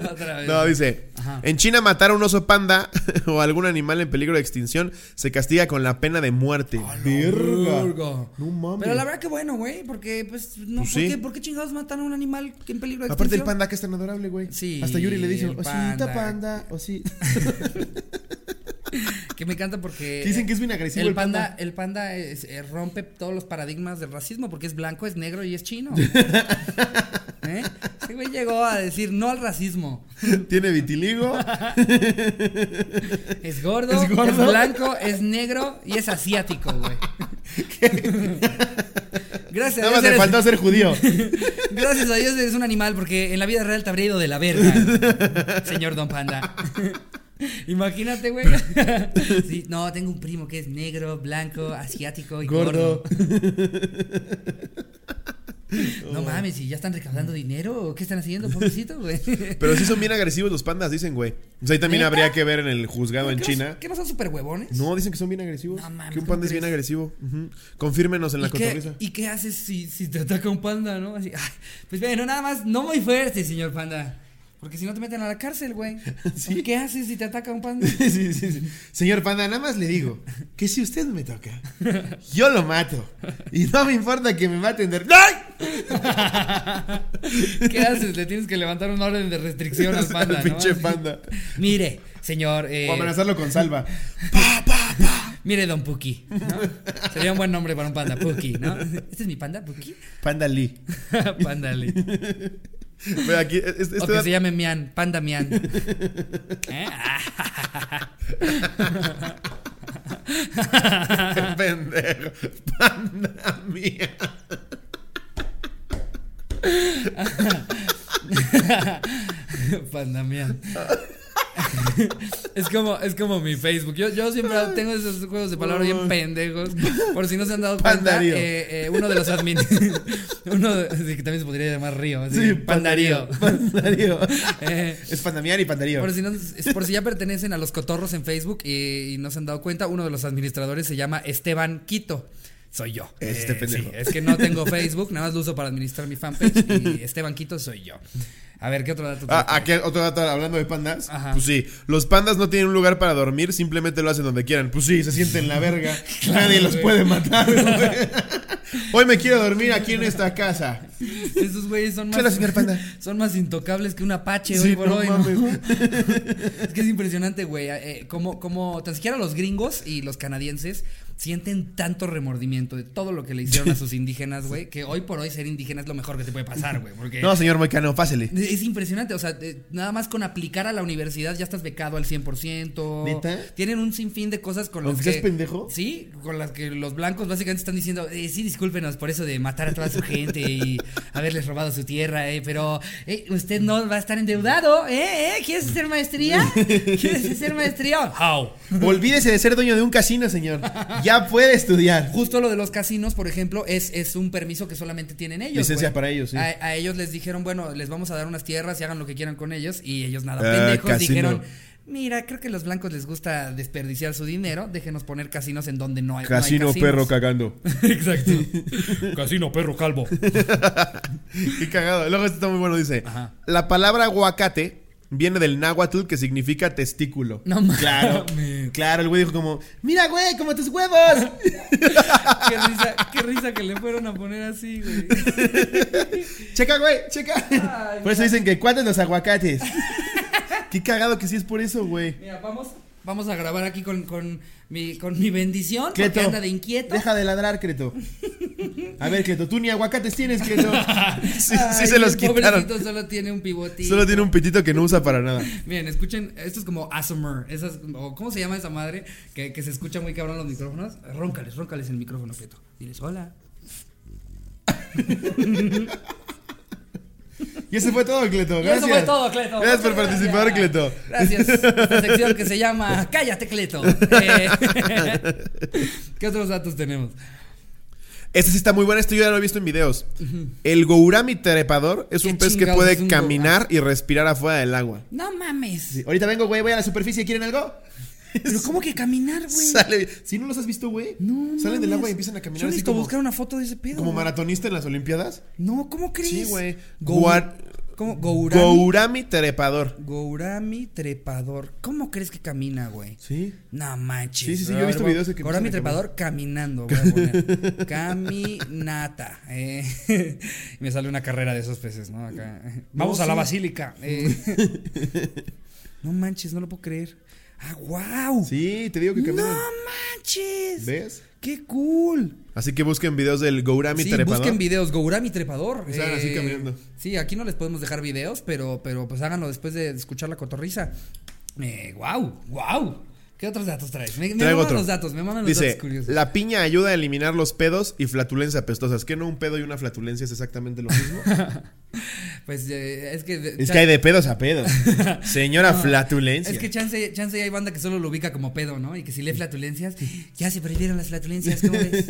A: ¿no? Otra vez.
B: No, dice.
A: Ajá.
B: En China matar a un oso panda o algún animal en peligro de extinción se castiga con la pena de muerte.
C: Verga.
A: Virgo.
C: No mames.
A: Pero la verdad que bueno, güey, porque pues no,
B: Pues
A: ¿por,
B: sí.
A: qué, por qué chingados matan a un animal que en peligro de
C: Aparte el
A: extinción?
C: panda que es tan adorable, güey.
A: Sí,
C: Hasta Yuri le dice,
A: el
C: osita
A: panda.
C: panda, oh, osita.
A: Que me encanta porque
C: Que dicen que es bien agresivo
A: el
C: el
A: panda,
C: panda.
A: el panda es- eh, rompe todos los paradigmas del racismo porque es blanco, es negro y es chino. ¿Eh? Ese güey llegó a decir no al racismo.
C: Tiene vitiligo.
A: Es gordo,
C: ¿Es
A: es,
C: gordo?
A: blanco, es negro y es asiático, güey. Gracias.
C: Nada más
A: a Dios
C: le
A: eres-
C: faltó ser judío.
A: Gracias a Dios eres un animal porque en la vida real te habría ido de la verga, señor Don Panda. Imagínate, güey. Sí, no, tengo un primo que es negro, blanco, asiático y gordo.
C: Gordo.
A: No
B: Oh.
A: mames, ¿y ya están recaudando dinero? ¿O ¿Qué están haciendo, pobrecito, güey?
B: Pero sí son bien agresivos los pandas, dicen, güey. O sea, ahí también
A: ¿Neta?
B: habría que ver en el juzgado
A: ¿Qué
B: en
A: no-
B: China.
A: ¿Qué no son super huevones?
B: No, dicen que son bien agresivos.
A: No mames,
B: que un
A: ¿cómo
B: panda es bien
A: crees?
B: agresivo. Ujú. Confírmenos en la
A: ¿Y qué,
B: cotorriza.
A: ¿Y qué haces si, si te ataca un panda, no? Así, ay, pues bueno, nada más, no muy fuerte, señor panda. Porque si no te meten a la cárcel, güey. ¿Qué haces si te ataca un panda?
C: Sí, sí, sí. Señor panda, nada más le digo que si usted me toca, yo lo mato. Y no me importa que me maten de... ¡Ay!
A: ¿Qué haces? Le tienes que levantar una orden de restricción al panda,
C: Al
A: ¿no?
C: pinche
A: Así,
C: panda.
A: Mire, señor. eh,
C: O amenazarlo con salva.
A: mire, don Puki. ¿no? Sería un buen nombre para un panda, Puki, ¿no? ¿Este es mi panda, Puki?
C: Panda Lee.
A: Pándale.
C: Este
B: Pero aquí, es- es-
A: O
B: este
A: que
B: dato-
A: se llame Mian, panda Mian. ¿Eh?
B: pendejo. Panda mía.
A: Panda Mian. Es como, es como mi Facebook. Yo, yo siempre tengo esos juegos de palabras bien pendejos. Por si no se han dado cuenta,
C: Pandarío.
A: eh, eh, uno de los admin. Uno de- sí, que también se podría llamar Río. así, Pandarío.
C: Pandarío.
A: Eh,
C: Es pandamiar y pandarío.
A: por si, no- es por si ya pertenecen a los cotorros en Facebook y, y no se han dado cuenta, uno de los administradores se llama Esteban Quito. soy yo. Eh,
B: Es este pendejo.
A: es que no tengo Facebook, nada más lo uso para administrar mi fanpage y este banquito soy yo. A ver, ¿qué otro dato? te-
B: Ah, aquí otro dato hablando de pandas.
A: Ajá.
B: Pues sí, los pandas no tienen un lugar para dormir, simplemente lo hacen donde quieran. Pues sí, se sienten en la verga. Nadie los puede matar. güey. Hoy me quiero dormir aquí en esta casa.
A: Esos güeyes son más,
B: Hola, señor Panda.
A: son más intocables que un apache
B: Sí,
A: hoy por
B: no
A: hoy. ¿no?
B: mames.
A: Es que es impresionante, güey. eh, como, como tan siquiera los gringos y los canadienses sienten tanto remordimiento de todo lo que le hicieron a sus indígenas, güey, que hoy por hoy ser indígena es lo mejor que te puede pasar, güey. Porque
B: No, señor Moicano, pásele.
A: es impresionante, o sea, eh, nada más con aplicar a la universidad ya estás becado al 100%.
C: ¿Neta?
A: Tienen un sinfín de cosas con las
C: ¿Aunque
A: que...
C: seas pendejo?
A: Sí, con las que los blancos básicamente están diciendo, eh, sí, discúlpenos por eso de matar a toda su gente y haberles robado su tierra, eh, pero eh, usted no va a estar endeudado, ¿eh? ¿eh? ¿Quieres hacer maestría? ¿Quieres hacer maestría? How?
B: Olvídese de ser dueño de un casino, señor. Ya puede estudiar.
A: Justo lo de los casinos, por ejemplo, es, es un permiso que solamente tienen ellos.
B: Licencia
A: güey.
B: para ellos, sí.
A: A, a ellos les dijeron, bueno, les vamos a dar unas tierras y hagan lo que quieran con ellos. Y ellos nada,
B: Ah,
A: pendejos,
B: casino.
A: dijeron, mira, creo que a los blancos les gusta desperdiciar su dinero, déjenos poner casinos en donde no hay no hay
B: Casino
A: casinos".
B: perro cagando.
A: Exacto. Casino perro calvo.
B: Qué cagado. Luego esto está muy bueno, dice.
A: Ajá.
B: La palabra aguacate viene del náhuatl que significa testículo.
A: No mames.
B: Claro, claro, el güey dijo como, mira güey, como tus huevos.
A: Qué risa, qué risa que le fueron a poner así, güey.
B: Checa, güey, checa.
A: Ay,
B: por eso dicen que cuántos los aguacates. Qué cagado que sí es por eso, güey.
A: Mira, vamos, vamos a grabar aquí con, con, mi, con mi bendición,
B: Cleto,
A: porque anda de inquieto.
B: Deja de ladrar, Creto. A ver, Creto, tú ni aguacates tienes, Creto. sí,
A: Ay,
B: sí se los
A: el
B: quitaron.
A: Pobrecito solo tiene un pivotito.
B: Solo tiene un pitito que no usa para nada.
A: Miren, escuchen, esto es como ASMR, esas, o ¿cómo se llama esa madre? Que, que se escucha muy cabrón los micrófonos. Róncales, róncales el micrófono, Prieto. Diles, hola.
B: Y eso fue todo, Cleto.
A: Y
B: Gracias.
A: eso fue todo, Cleto.
B: Gracias por
A: Muchas
B: participar,
A: gracias.
B: Cleto.
A: Gracias. Esta sección que se llama Cállate, Cleto. Eh, ¿Qué otros datos tenemos?
B: Este sí está muy bueno, esto yo ya lo he visto en videos. El gourami trepador es
A: ¿Qué
B: un pez que
A: chingados es
B: puede
A: un
B: caminar y respirar afuera del agua.
A: No mames.
B: Sí, Ahorita vengo, güey, voy a la superficie, ¿quieren algo?
A: Pero ¿cómo que caminar, güey?
B: Sale. Si no los has visto, güey.
A: No
B: Salen del
A: mames.
B: agua y empiezan a
A: Yo
B: caminar así
A: necesito
B: como,
A: buscar una foto de ese pedo.
B: como
A: güey.
B: maratonista en las Olimpiadas.
A: No, ¿cómo crees?
B: Sí, güey.
A: Gou-
B: Guar-
A: ¿Cómo? Gourami.
B: Gourami trepador.
A: Gourami trepador. ¿Cómo crees que camina, güey?
B: Sí.
A: No manches.
B: Sí, sí,
A: A
B: sí, yo he
A: ver,
B: visto
A: voy-
B: videos de que
A: Gourami
B: empiezan a
A: trepador caminando. voy a poner. Caminata. eh. Me sale una carrera de esos peces, ¿no? Acá. Vamos a la
B: sí.
A: basílica. eh. no manches, no lo puedo creer. ¡Ah, wow!
B: Sí, te digo que
A: ¡No
B: caminan.
A: manches!
B: ¿Ves?
A: ¡Qué cool!
B: Así que busquen videos del Gourami
A: sí,
B: trepador.
A: busquen videos, Gourami Trepador. Eh,
B: Que salgan así caminando.
A: Sí, aquí no les podemos dejar videos, pero, pero pues háganlo después de escuchar la cotorriza. Eh, wow, wow. ¿Qué otros datos traes? Me, me
B: Traigo
A: maman
B: otro.
A: los datos, me mandan los
B: Dice,
A: datos curiosos.
B: la piña ayuda a eliminar los pedos y flatulencias apestosas. ¿Qué no un pedo y una flatulencia es exactamente lo mismo?
A: Pues eh, es que...
B: es
A: cha-
B: que hay de pedos a pedos. Señora
A: No,
B: flatulencia.
A: Es que chance, chance hay banda que solo lo ubica como pedo, ¿no? Y que si lee flatulencias, ya se prohibieron las flatulencias, ¿cómo ves?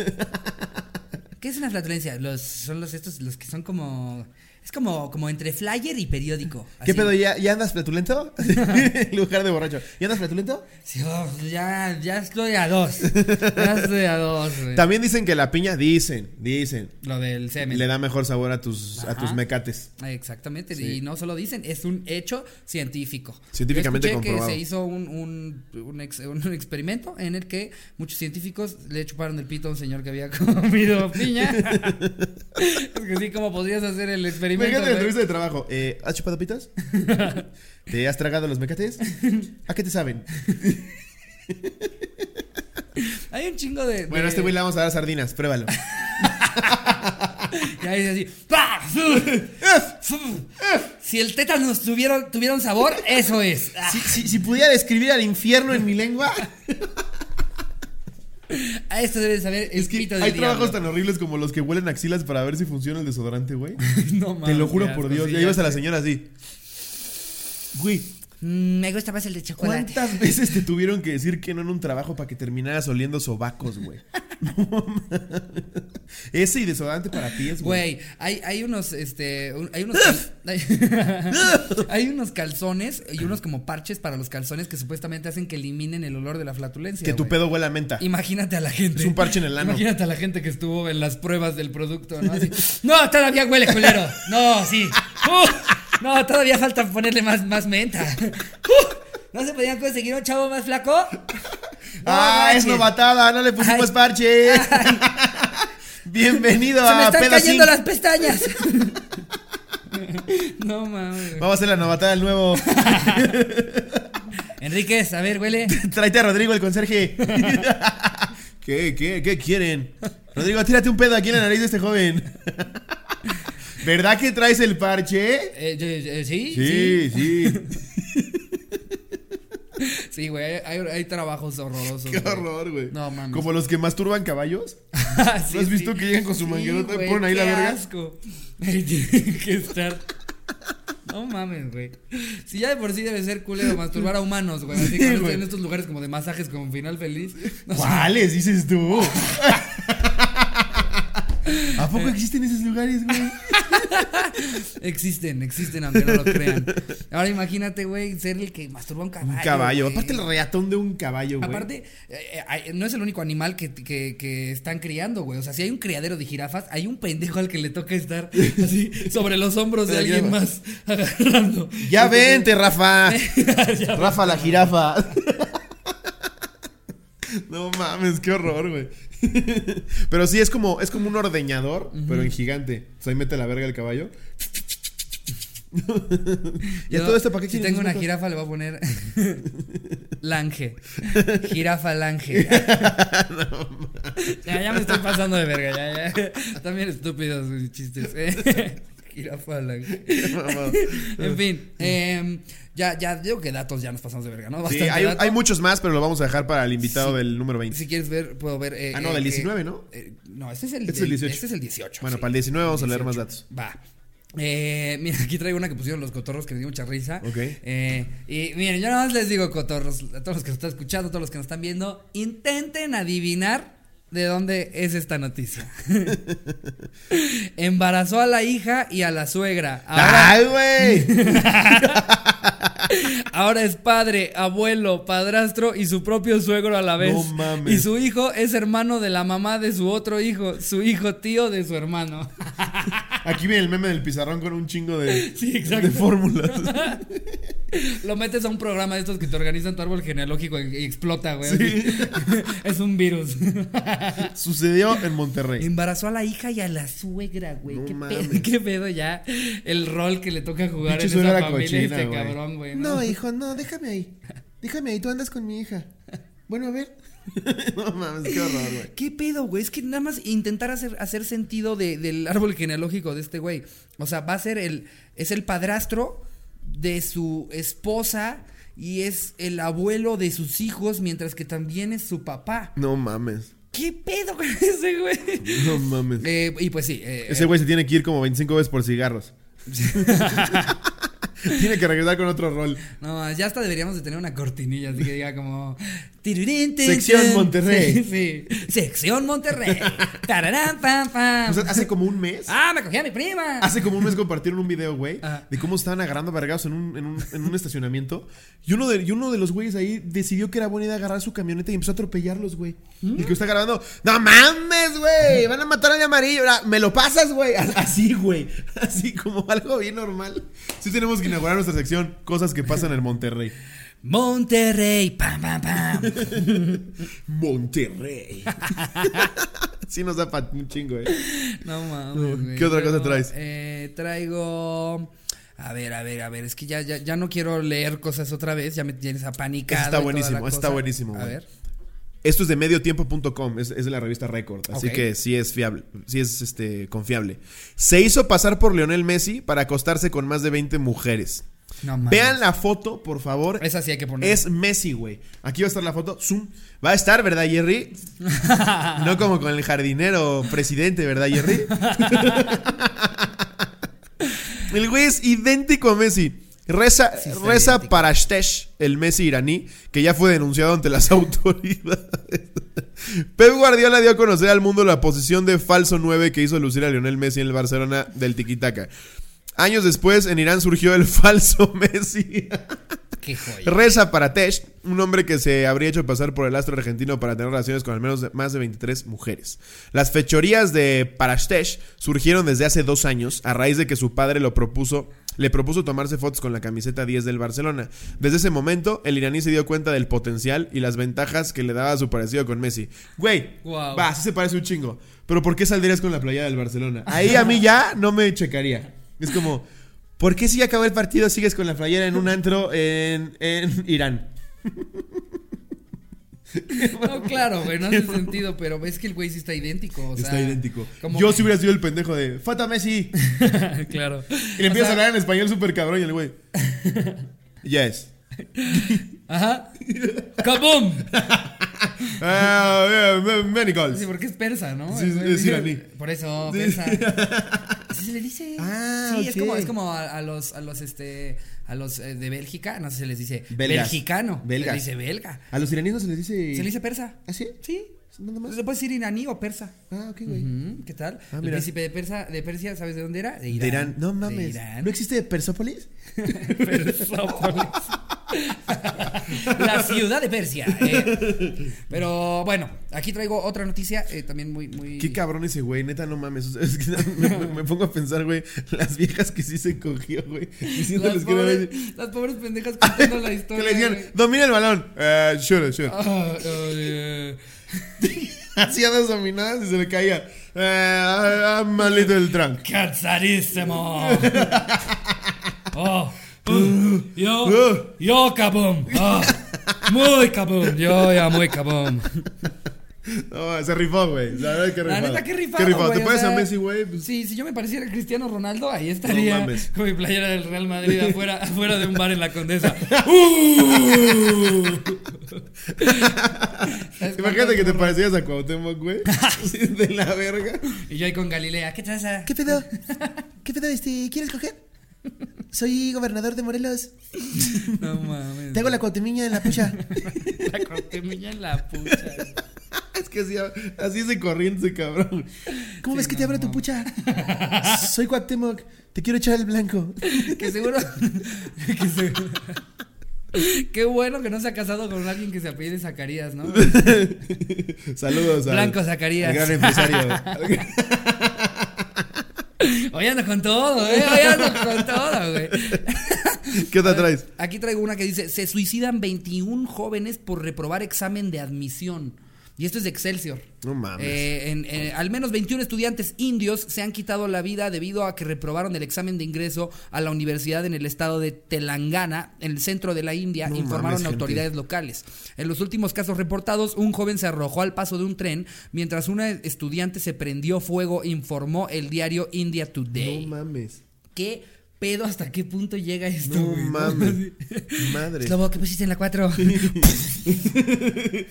A: ¿Qué es una flatulencia? Los, son los estos, los que son como... Es como, como entre flyer y periódico.
B: ¿Qué
A: así.
B: pedo? ¿Ya, ya andas flatulento? En Lugar de borracho. ¿Ya andas flatulento?
A: Sí, oh, ya, ya estoy a dos. Ya estoy a dos, güey.
B: También dicen que la piña, dicen, dicen,
A: Lo del semen.
B: le da mejor sabor a tus, a tus
A: Ajá.
B: mecates.
A: Ah, Exactamente, y no solo dicen, es un hecho científico.
B: Científicamente
A: Yo escuché
B: comprobado.
A: que se hizo un, un, un ex- un experimento en el que muchos científicos le chuparon el pito a un señor que había comido piña. es que sí, ¿cómo podrías hacer el experimento?
B: Imagínate la
A: güey?
B: entrevista de trabajo. Eh, ¿Has chupado pitas? ¿Te has tragado los mecates? ¿A qué te saben?
A: Hay un chingo de.
B: Bueno, a
A: de-
B: este güey le vamos a dar sardinas, pruébalo.
A: Y ahí dice así. ¡pa! ¡Fu! ¡Fu! Si el tétanos tuviera, tuviera un sabor, eso es. Ah.
B: Si, si- si pudiera describir al infierno en mi lengua,
A: A esto debes saber el
B: es que hay
A: pito del
B: trabajos
A: diablo.
B: tan horribles como los que huelen axilas para ver si funciona el desodorante, güey.
A: No
B: Te
A: mames,
B: lo
A: qué
B: juro por
A: asco,
B: Dios.
A: sí,
B: Ya
A: ya
B: ibas a la
A: sé.
B: señora así. Güey,
A: Mm, me gusta más el de chocolate.
B: ¿Cuántas veces te tuvieron que decir que no en un trabajo para que terminaras oliendo sobacos, güey? No mames. Ese y desodorante para pies, güey.
A: Güey, hay, hay unos, este, un- hay unos, hay, hay unos calzones y unos como parches para los calzones que supuestamente hacen que eliminen el olor de la flatulencia.
B: Que tu
A: güey.
B: pedo huela a menta.
A: Imagínate a la gente.
B: Es un parche en el ano.
A: Imagínate a la gente que estuvo en las pruebas del producto, ¿no? Así, no, todavía huele culero. No, sí. Uh, no, todavía falta ponerle más, más menta. Uh, ¿No se podían conseguir un chavo más flaco? No
B: ¡Ah, es
A: manches.
B: novatada! ¡No le pusimos
A: Ay.
B: parche! Bienvenido
A: Se me
B: a
A: están
B: Pedacín.
A: cayendo las pestañas. no mames.
B: Vamos a hacer la novatada del nuevo.
A: Enríquez, a ver, huele.
B: Tráete a Rodrigo, el conserje. ¿Qué, qué, qué quieren? Rodrigo, tírate un pedo aquí en la nariz de este joven. ¿Verdad que traes el parche?
A: Eh, yo- yo- eh, sí, sí,
B: Sí, sí.
A: sí, güey. Hay, hay trabajos horrorosos.
B: Qué
A: güey.
B: horror, güey.
A: No mames.
B: Como los que masturban caballos.
A: Sí,
B: ¿No has visto
A: sí.
B: que llegan con su manguerota y
A: güey,
B: ponen ahí la
A: qué
B: verga?
A: asco. Ahí tienen que estar. No mames, güey. Si ya de por sí debe ser culero masturbar a humanos, güey. Así
B: Sí,
A: que
B: güey.
A: en estos lugares como de masajes con final feliz. No,
B: ¿Cuáles dices tú? ¿A poco existen esos lugares, güey?
A: Existen, existen, aunque no lo crean. Ahora imagínate, güey, ser el que masturba a un caballo.
B: Un caballo.
A: güey.
B: Aparte el reatón de un caballo, güey.
A: Aparte, eh, eh, no es el único animal que, que- que están criando, güey. O sea, si hay un criadero de jirafas, hay un pendejo al que le toca estar así sobre los hombros de
B: Pero ya
A: alguien
B: va.
A: más agarrando.
B: Ya vente, Rafa. Rafa la jirafa. No mames, qué horror, güey. Pero sí, es como, es como un ordeñador, pero en gigante. O sea, ahí mete la verga el caballo. ¿Y a
A: Yo,
B: todo esto para qué
A: Si
B: quieren
A: tengo una
B: esos
A: jirafa, le voy a poner Lange. Jirafa Lange. ya, ya me estoy pasando de verga. Ya, ya. También estúpidos mis chistes. eh. Jirafa Lange.
B: mamadas?
A: En fin, eh, ya, ya digo que datos ya nos pasamos de verga, ¿no?
B: Sí,
A: Bastante
B: hay,
A: dato.
B: hay muchos más, pero lo vamos a dejar para el invitado del número 20.
A: Si quieres ver, puedo ver. eh,
B: Ah, no,
A: eh,
B: del
A: que-
B: 19, ¿no?
A: eh, no, este es el,
B: Este es el 18.
A: Este es el 18.
E: Bueno,
A: sí.
E: para el 19 vamos a leer más
A: 18.
E: datos.
A: Va. Eh, mira, aquí traigo una que pusieron los cotorros que me dio mucha risa.
E: Ok.
A: Eh, y miren, yo nada más les digo, cotorros, a todos los que nos están escuchando, a todos los que nos están viendo, intenten adivinar de dónde es esta noticia. Embarazó a la hija y a la suegra.
E: Ah,
A: Ahora,
B: ¡Ay, güey!
A: ahora es padre, abuelo, padrastro y su propio suegro a la vez.
B: No mames.
A: Y su hijo es hermano de la mamá de su otro hijo, su hijo tío de su hermano.
B: Aquí viene el meme del pizarrón con un chingo de,
A: Sí, exacto.
B: de fórmulas.
A: Lo metes a un programa de estos que te organizan tu árbol genealógico y y explota, güey. es un virus.
B: Sucedió en Monterrey.
A: Embarazó a la hija y a la suegra, güey.
B: No
A: ¿Qué,
B: mames.
A: pedo, qué pedo ya el rol que le toca jugar
B: Pinche
A: en esa
B: suegra
A: familia
B: cochina,
A: este
B: güey.
A: cabrón, güey. ¿no?
F: No, hijo, no, déjame ahí. Déjame ahí, tú andas con mi hija. Bueno, a ver.
B: No mames, qué horror, güey.
A: ¿Qué pedo, güey? Es que nada más intentar hacer, hacer sentido de- del árbol genealógico de este güey. O sea, va a ser el. Es el padrastro de su esposa y es el abuelo de sus hijos, mientras que también es su papá.
B: No mames.
A: ¿Qué pedo con ese güey?
B: No mames.
A: Eh, y pues sí. eh,
B: Ese güey se tiene que ir como 25 veces por cigarros. tiene que regresar con otro rol.
A: No, ya hasta deberíamos de tener una cortinilla, así que diga como... "Tirurín, tin,
B: Sección
A: tin".
B: Monterrey.
A: Sí, sí. Sección Monterrey. Tararán, pam, pam.
B: O sea, hace como un mes.
A: ah, me cogí a mi prima.
B: Hace como un mes compartieron un video, güey,
A: Ajá.
B: de cómo estaban agarrando vergados en un, en un- en un estacionamiento. Y uno, de, y uno de los güeyes ahí decidió que era buena idea agarrar su camioneta y empezó a atropellarlos, güey. El que está grabando, ¡No mames, güey! ¡Van a matar al de amarillo! Ahora, ¡Me lo pasas, güey! Así, güey. Así como algo bien normal. Sí tenemos que inaugurar nuestra sección, cosas que pasan en Monterrey.
A: Monterrey, pam, pam, pam.
B: Monterrey. sí nos da pa- un chingo, eh.
A: No mames, güey.
B: ¿Qué otra cosa
A: Luego,
B: traes?
A: Eh, traigo... A ver, a ver, a ver. Es que ya, ya, ya no quiero leer cosas otra vez. Ya me tienes apanicado.
B: Eso
A: y
B: está
A: toda la
B: buenísimo, eso está
A: cosa.
B: buenísimo,
A: A
B: güey.
A: ver.
E: Esto es de mediotiempo.com, es, es de la revista Record, así
A: Ok.
E: que sí es fiable, sí es este confiable. Se hizo pasar por Lionel Messi para acostarse con más de 20 mujeres.
A: No mames.
E: Vean la foto, por favor.
A: Esa sí hay que poner.
E: Es Messi, güey. Aquí va a estar la foto. Zoom. Va a estar, ¿verdad, Jerry? No como con el jardinero presidente, ¿verdad, Jerry? El güey es idéntico a Messi.
B: Reza,
A: Sí, está
B: reza
A: idéntico.
B: Parashtesh, el Messi iraní, que ya fue denunciado ante las autoridades. Pep Guardiola dio a conocer al mundo la posición de falso 9 que hizo lucir a Lionel Messi en el Barcelona del Tiquitaca. Años después, en Irán surgió el falso Messi.
A: Qué joya.
B: Reza Paratesh, un hombre que se habría hecho pasar por el astro argentino para tener relaciones con al menos de- más de 23 mujeres. Las fechorías de Paratesh surgieron desde hace dos años a raíz de que su padre lo propuso, le propuso tomarse fotos con la camiseta 10 del Barcelona. Desde ese momento, el iraní se dio cuenta del potencial y las ventajas que le daba su parecido con Messi.
C: Güey,
A: Guau.
C: va, sí se parece un chingo. Pero ¿por qué saldrías con la playa del Barcelona? Ahí a mí ya no me checaría. Es como, ¿por qué si ya acabó el partido sigues con la playera en un antro en, en Irán?
A: No, claro, güey, no hace sentido, pero ves que el güey sí está idéntico. O sea,
C: Está idéntico.
A: como
C: Yo
A: que-
C: si hubiera sido el pendejo de Fata Messi.
A: claro.
C: Y le empiezas a hablar en español súper cabrón y el güey. Yes.
A: Ajá. ¡Kabum!
C: Ah, yeah, ma- many goals.
A: Sí, porque es persa, ¿no?
C: Sí, es- es iraní.
A: Por eso,
C: Sí.
A: persa. Así se le dice.
C: Ah,
A: sí, es
C: ok.
A: como, es como a, a los, a los, este, a los eh, de Bélgica, no sé si se les dice
C: Belgas.
A: belgicano.
C: Belgas.
A: Se les dice belga.
C: A los iraníes no se les dice.
A: Se le dice persa.
C: ¿Ah, sí?
A: Sí.
C: Nada más.
A: Se puede decir iraní o persa.
C: Ah, ok, güey.
A: Ujú, ¿Qué tal? el
C: Ah, mira.
A: príncipe de Persa, de Persia, ¿sabes de dónde era? De Irán.
C: De Irán. No
A: De
C: mames.
A: Irán.
C: ¿No existe Persópolis?
A: Persópolis. La ciudad de Persia. eh. Pero bueno, aquí traigo otra noticia eh, también muy, muy.
B: Qué cabrón ese güey, neta, no mames. O sea, es que me, me pongo a pensar, güey, las viejas que sí se cogió, güey.
A: las,
B: Diciéndoles que una vez-
A: pobres, las pobres pendejas contando la
B: que
A: historia.
B: le decían,
A: güey.
B: domina el balón. Eh, sure, sure.
A: Ah, eh,
B: Hacía dos dominadas y se le caía. Eh, I'm a little drunk.
A: Cansadísimo. Oh. uh, yo, yo cabum. Ah, muy cabum. Yo ya muy cabum.
B: No, se rifó, güey. La verdad que rifó.
A: La neta, qué rifado.
B: Qué rifado.
A: güey,
B: ¿Te
A: o
B: puedes
A: sea,
B: a Messi, güey? Pues,
A: Sí, si yo me pareciera Cristiano Ronaldo, ahí estaría
B: mames.
A: con mi playera del Real Madrid afuera, afuera de un bar en la Condesa. ¡Uh! ¿Sabes
B: Imagínate que te
A: cuántos
B: parecías a Cuauhtémoc, güey. Sí, de la verga.
A: morros? Y yo ahí con Galilea, ¿qué traza?
G: ¿Qué pedo? ¿Qué pedo? Este, ¿Quieres coger? Soy gobernador de Morelos.
A: No mames.
G: Te hago la cuatemiña en la pucha.
A: La cortemilla en la pucha.
B: Es que así, así es de corriente, ese cabrón.
A: Sí,
G: ¿Cómo ves que
A: no,
G: te abro tu
A: mames.
G: pucha? Soy Cuauhtémoc. Te quiero echar el blanco.
A: Que seguro. que seguro. Qué bueno que no se ha casado con alguien que se apellide Zacarías, ¿no?
B: Saludos a.
A: Blanco Zacarías.
B: Gran empresario.
A: Hoy ando con todo, ¿eh? Hoy ando con todo, güey.
B: ¿Qué te traes?
A: Aquí traigo una que dice: Se suicidan 21 jóvenes por reprobar examen de admisión. Y esto es de Excelsior.
B: No mames.
A: Eh, en- eh, al menos 21 estudiantes indios se han quitado la vida debido a que reprobaron el examen de ingreso a la universidad en el estado de Telangana, en el centro de la India,
B: No
A: informaron
B: mames, gente.
A: autoridades locales. En los últimos casos reportados, un joven se arrojó al paso de un tren mientras una estudiante se prendió fuego, informó el diario India Today.
B: No mames.
A: ¿Qué pedo? ¿Hasta qué punto llega esto?
B: No
A: güey?
B: mames. Madre.
A: Slobo, ¿qué pusiste en la 4?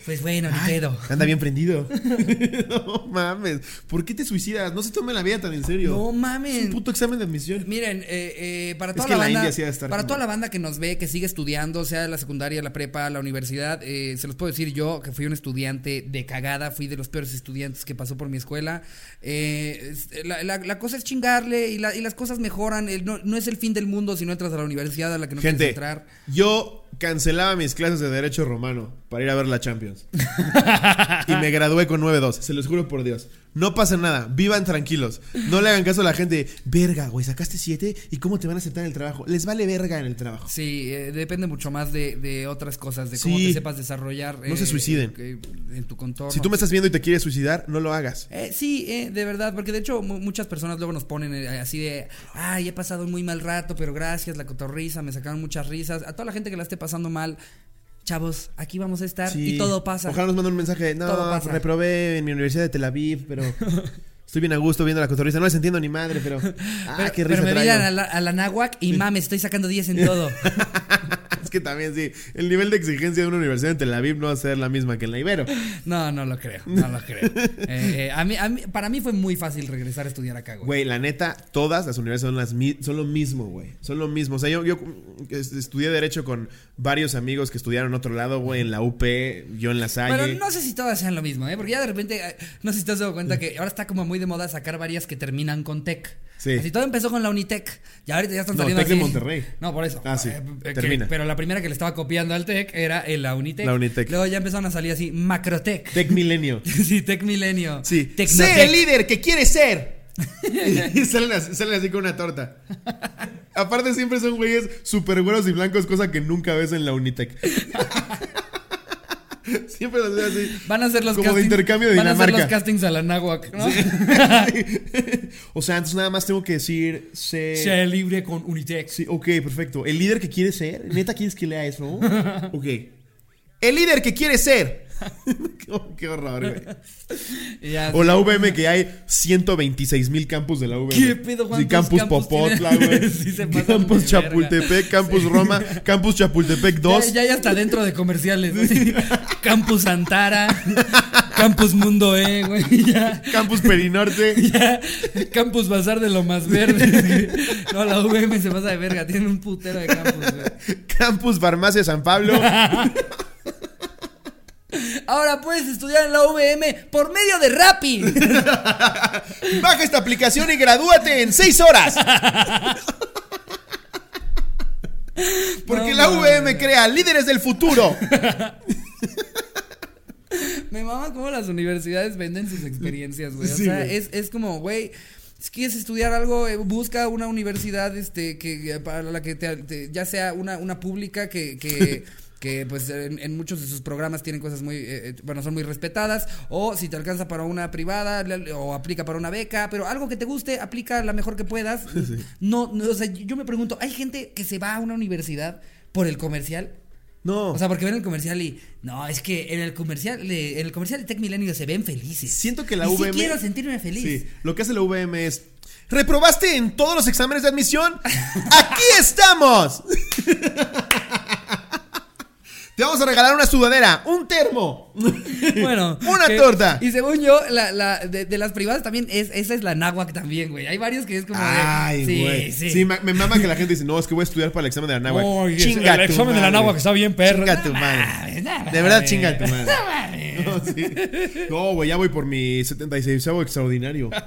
A: pues bueno, ni pedo.
B: Anda bien prendido. no mames. ¿Por qué te suicidas? No se tome la vida tan en serio.
A: No
B: Es un
A: mamen.
B: puto examen de admisión.
A: Miren, eh, eh, para
B: Es
A: toda
B: que
A: la
B: la
A: banda,
B: India sí ha de estar
A: para
B: como-
A: toda la banda que nos ve, que sigue estudiando, sea la secundaria, la prepa, la universidad, eh, se los puedo decir yo que fui un estudiante de cagada, fui de los peores estudiantes que pasó por mi escuela. Eh, es- la, la- la cosa es chingarle y, la- y las cosas mejoran. El- no, no es el fin del mundo si no entras a la universidad a la que no
B: Gente,
A: quieres entrar.
B: yo cancelaba mis clases de Derecho Romano para ir a ver la Champions. y me gradué con 9-2. Se los juro por Dios. No pasa nada. Vivan tranquilos. No le hagan caso a la gente.
C: Verga, güey, sacaste siete y cómo te van a aceptar en el trabajo. Les vale verga en el trabajo.
A: Sí, eh, depende mucho más de, de otras cosas, de cómo
B: Sí.
A: te sepas desarrollar.
B: No se suiciden.
A: eh, En tu contorno.
B: Si tú me estás viendo y te quieres suicidar, no lo hagas.
A: Eh, sí, eh, de verdad, porque de hecho mu- muchas personas luego nos ponen eh, así de, ay, he pasado un muy mal rato, pero gracias, la cotorriza, me sacaron muchas risas. A toda la gente que la esté pasando mal, chavos, aquí vamos a estar
B: Sí.
A: y todo pasa.
B: Ojalá nos manden un mensaje de,
A: Todo
B: no,
A: pasa.
B: reprobé en mi universidad de Tel Aviv, pero estoy bien a gusto viendo la cotorriza. No les entiendo ni madre, pero... Ah,
A: pero,
B: qué
A: pero
B: risa
A: me
B: traigo.
A: miran a la, a la náhuac y mames, estoy sacando 10 en todo.
B: Es que también sí. El nivel de exigencia de una universidad en Tel Aviv no va a ser la misma que en la Ibero.
A: No, no lo creo, no lo creo. Eh, eh, a mí, a mí- para mí fue muy fácil regresar a estudiar acá, güey.
B: Güey, la neta, todas las universidades son, las mi- son lo mismo, güey. Son lo mismo. O sea, yo, yo es- estudié Derecho con varios amigos que estudiaron en otro lado, güey, en la UP, yo en la Salle.
A: Pero no sé si todas sean lo mismo, ¿eh? Porque ya de repente, eh, no sé si te has dado cuenta que ahora está como muy de moda sacar varias que terminan con tech.
B: Sí.
A: Así todo empezó con la Unitec. Y ahorita ya están
B: No,
A: saliendo
B: Tec de
A: así.
B: Monterrey.
A: No, por eso. Eh,
B: Ah, sí,
A: que-
B: termina.
A: pero la primera que le estaba copiando al Tec era eh, la Unitec.
B: La Unitec.
A: Luego ya empezaron a salir así Macrotec.
B: Tech Milenio.
A: sí, Tech Milenio.
B: Sí.
A: Tecnotec.
B: ¡Sé el líder que quieres ser! y salen así, salen así con una torta.
C: Aparte siempre son güeyes super güeros y blancos, cosa que nunca ves en la Unitec. siempre los ves así.
A: Van a hacer los
C: Como de
A: castings.
C: intercambio de
A: van a hacer los
C: Dinamarca.
A: castings a la náhuac, ¿no?
C: o sea, entonces nada más tengo que decir sé-
A: Sea libre con Unitec.
C: Sí, ok, perfecto. El líder que quiere ser, neta quieres que lea eso.
B: Ok. El líder que quieres ser.
C: Oh, qué horror, güey.
A: Y ya,
C: O la VM que hay 126 mil campus de la VM.
A: ¿Qué pedo, cuántos
C: Sí, campus,
A: campus
C: Popotla,
A: tiene?
C: güey.
A: Sí, se pasan
C: campus
A: de verga.
C: Chapultepec, campus Roma, campus Chapultepec 2.
A: Ya, ya, ya está dentro de comerciales. así. Campus Antara, Campus Mundo E, güey. Ya,
C: Campus Perinorte.
A: ya. Campus Bazar de lo más verde. No, la VM se pasa de verga. Tiene un putero de campus, güey.
B: Campus Farmacia San Pablo.
A: Ahora puedes estudiar en la VM por medio de Rappi.
B: Baja esta aplicación y gradúate en 6 horas. Porque
A: No
B: la
A: mames.
B: UVM crea líderes del futuro.
A: Me mama cómo las universidades venden sus experiencias, güey. O sea, es, es como, güey. Si quieres estudiar algo, eh, busca una universidad este, que, que para la que te, te- ya sea una, una pública que, que, que, pues en, en muchos de sus programas tienen cosas muy, eh, eh, bueno, son muy respetadas, o si te alcanza para una privada le- o aplica para una beca, pero algo que te guste, aplica la mejor que puedas. No, no, o sea, yo me pregunto, ¿hay gente que se va a una universidad por el comercial?
B: No.
A: O sea, porque ven el comercial y. No, es que en el comercial, de- en el comercial de Tech Milenio se ven felices.
B: Siento que la
A: y sí
B: UVM
A: quiero sentirme feliz.
B: Sí, lo que hace la UVM es. ¿Reprobaste en todos los exámenes de admisión? ¡Aquí estamos! Te vamos a regalar una sudadera, un termo.
A: Bueno.
B: Una torta.
A: Y según yo, la, la- de, de las privadas también, es, esa es la náhuac también, güey. Hay varios que es como. de,
B: Ay,
A: sí,
B: güey.
A: sí.
B: Sí, ma- me mama que la gente dice, no, es que voy a estudiar para el examen de la náhuatl.
A: Oye,
B: Chinga
A: el
B: tu
A: examen de la
B: madre.
A: náhuac está bien perro.
B: Chinga tu
A: No
B: madre.
A: mames, no mames.
B: De verdad, chinga tu madre.
A: No mames.
B: No, sí.
C: No, güey, ya voy por mi 76 extraordinario.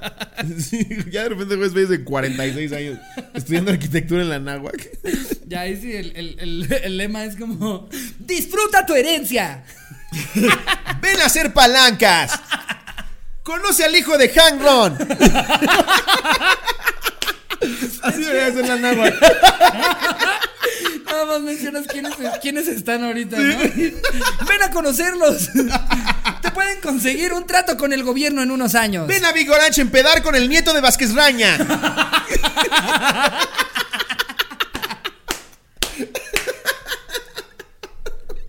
B: Sí, ya de repente ves güeyes de 46 años estudiando arquitectura en la náhuatl.
A: Ya ahí sí, el, el- el- el lema es como: ¡Disfruta tu herencia!
B: ¡Ven a hacer palancas! ¡Conoce al hijo de Hank Ron!
C: Así debería ser la náhuatl.
A: Nada más mencionas quiénes, quiénes están ahorita, ¿no? Ven a conocerlos. Te pueden conseguir un trato con el gobierno en unos años.
B: ¡Ven a Big Orange empedar con el nieto de Vázquez Raña!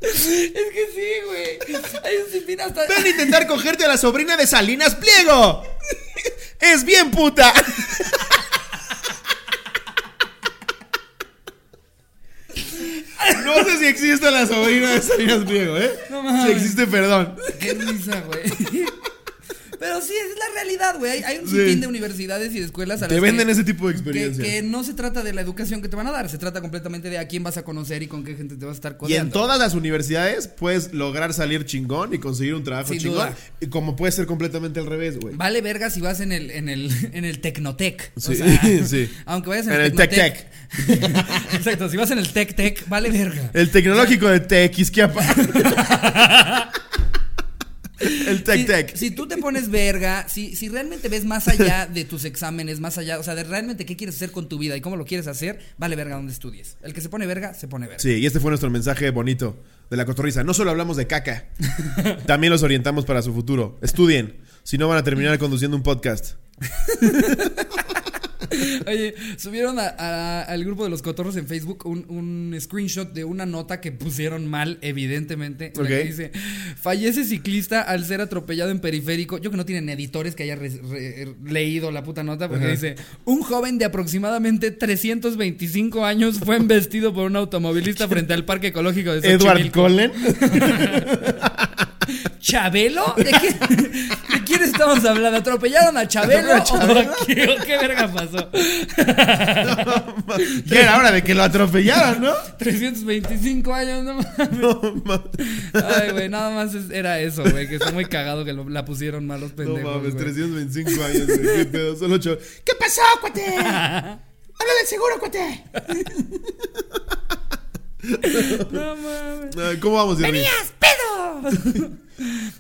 A: Es que sí, güey. Hay un sinfín hasta.
B: ¡Ven a intentar cogerte a la sobrina de Salinas Pliego! ¡Es bien puta!
C: No sé si existe la sobrina de Salinas Pliego, ¿eh?
A: No mames.
C: Si existe, perdón.
A: Qué risa, güey. Pero sí, es la realidad, güey. Hay, hay un sinfín de universidades y de escuelas a
C: Te
A: las
C: venden
A: que-
C: ese tipo de
A: que,
C: experiencia.
A: que no se trata de la educación que te van a dar, se trata completamente de a quién vas a conocer y con qué gente te vas a estar
B: Y en
A: codeando.
B: todas las universidades puedes lograr salir chingón y conseguir un trabajo
A: Sin
B: chingón.
A: duda.
B: Y como puede ser completamente al revés, güey.
A: Vale verga si vas en el, en el, en el Tecnotec. O
B: Sí,
A: sea,
B: sí.
A: Aunque vayas en,
B: En
A: el
B: el Tec
A: Tecnotec. Exacto, si vas en el Tec Tec, vale verga.
B: El tecnológico de Tequisquiapa. El Tec
A: Si-
B: Tec.
A: Si, tú te pones verga, si, si realmente ves más allá de tus exámenes, más allá, o sea, de realmente qué quieres hacer con tu vida y cómo lo quieres hacer, vale verga donde estudies. El que se pone verga, se pone verga.
B: Sí, y este fue nuestro mensaje bonito de la cotorriza. No solo hablamos de caca, también los orientamos para su futuro. Estudien, si no van a terminar conduciendo un podcast.
A: Oye, subieron a- a- al grupo de los cotorros en Facebook un, un screenshot de una nota que pusieron mal, evidentemente. en la que
B: Ok.
A: dice: Fallece ciclista al ser atropellado en periférico. Yo que no tienen editores que haya re- re- leído la puta nota, porque dice: Un joven de aproximadamente 325 años fue embestido por un automovilista frente al parque ecológico de
C: Edward
A: Xochimilco.
C: Cullen.
A: ¿Chabelo? ¿De, qué, de quién estamos hablando? ¿Atropellaron a Chabelo? ¿O qué, o qué verga pasó?
C: Ya era hora de que lo atropellaron, ¿no?
A: 325 años, no mames.
B: No, mames.
A: Ay, güey, nada más es- era eso, güey, que está muy cagado que lo- la pusieron mal los
B: No
A: pendejos.
B: mames,
A: güey.
B: 325 años, güey. Qué pedo, solo ocho.
G: ¿Qué pasó, cuate? Habla del seguro, cuate.
A: No mames.
B: Ay, Ah, ¿Cómo vamos, Jerry?
A: ¡Venías, pedo!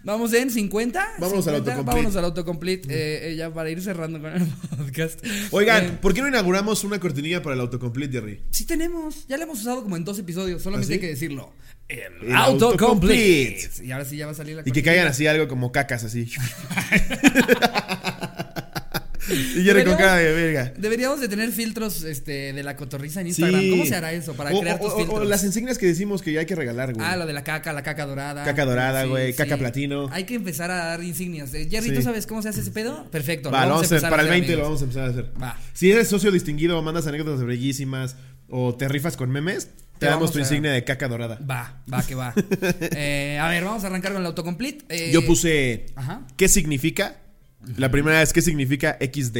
A: Vamos en 50.
B: Vámonos al
A: 50,
B: autocomplete.
A: Vámonos al autocomplete. eh, eh, ya para ir cerrando con el podcast.
B: Oigan,
A: Eh,
B: ¿por qué no inauguramos una cortinilla para el autocomplete, Jerry?
A: sí tenemos. Ya la hemos usado como en dos episodios. Solamente
B: ¿Ah, sí?
A: hay que decirlo. El,
B: El
A: autocomplete.
B: autocomplete.
A: Y ahora sí ya va a salir la
B: Y que caigan así algo como cacas, así. y Jerry con cara de verga.
A: Deberíamos de tener filtros este, de la cotorriza en Instagram. ¿Cómo se hará eso para
B: O-
A: crear
B: o-
A: tus
B: o-
A: filtros?
B: O las insignias que decimos que hay que regalar, güey.
A: Ah, lo de la caca, la caca dorada.
B: Caca dorada, güey, caca platino.
A: Hay que empezar a dar insignias. Eh, Jerry, ¿tú
B: Sí.
A: sabes cómo se hace ese pedo? Perfecto.
B: Va, lo vamos a hacer.
A: empezar
B: Para el 20 lo
A: amigos.
B: vamos a empezar a hacer.
A: Va.
B: Si eres socio distinguido, mandas anécdotas bellísimas o te rifas con memes, te, damos
A: vamos
B: tu
A: a-
B: insignia de caca dorada.
A: Va, va, que va. Eh, a ver, vamos a arrancar con el autocomplete. Eh,
B: Yo puse.
A: Ajá.
B: ¿Qué significa? La primera es ¿qué significa XD?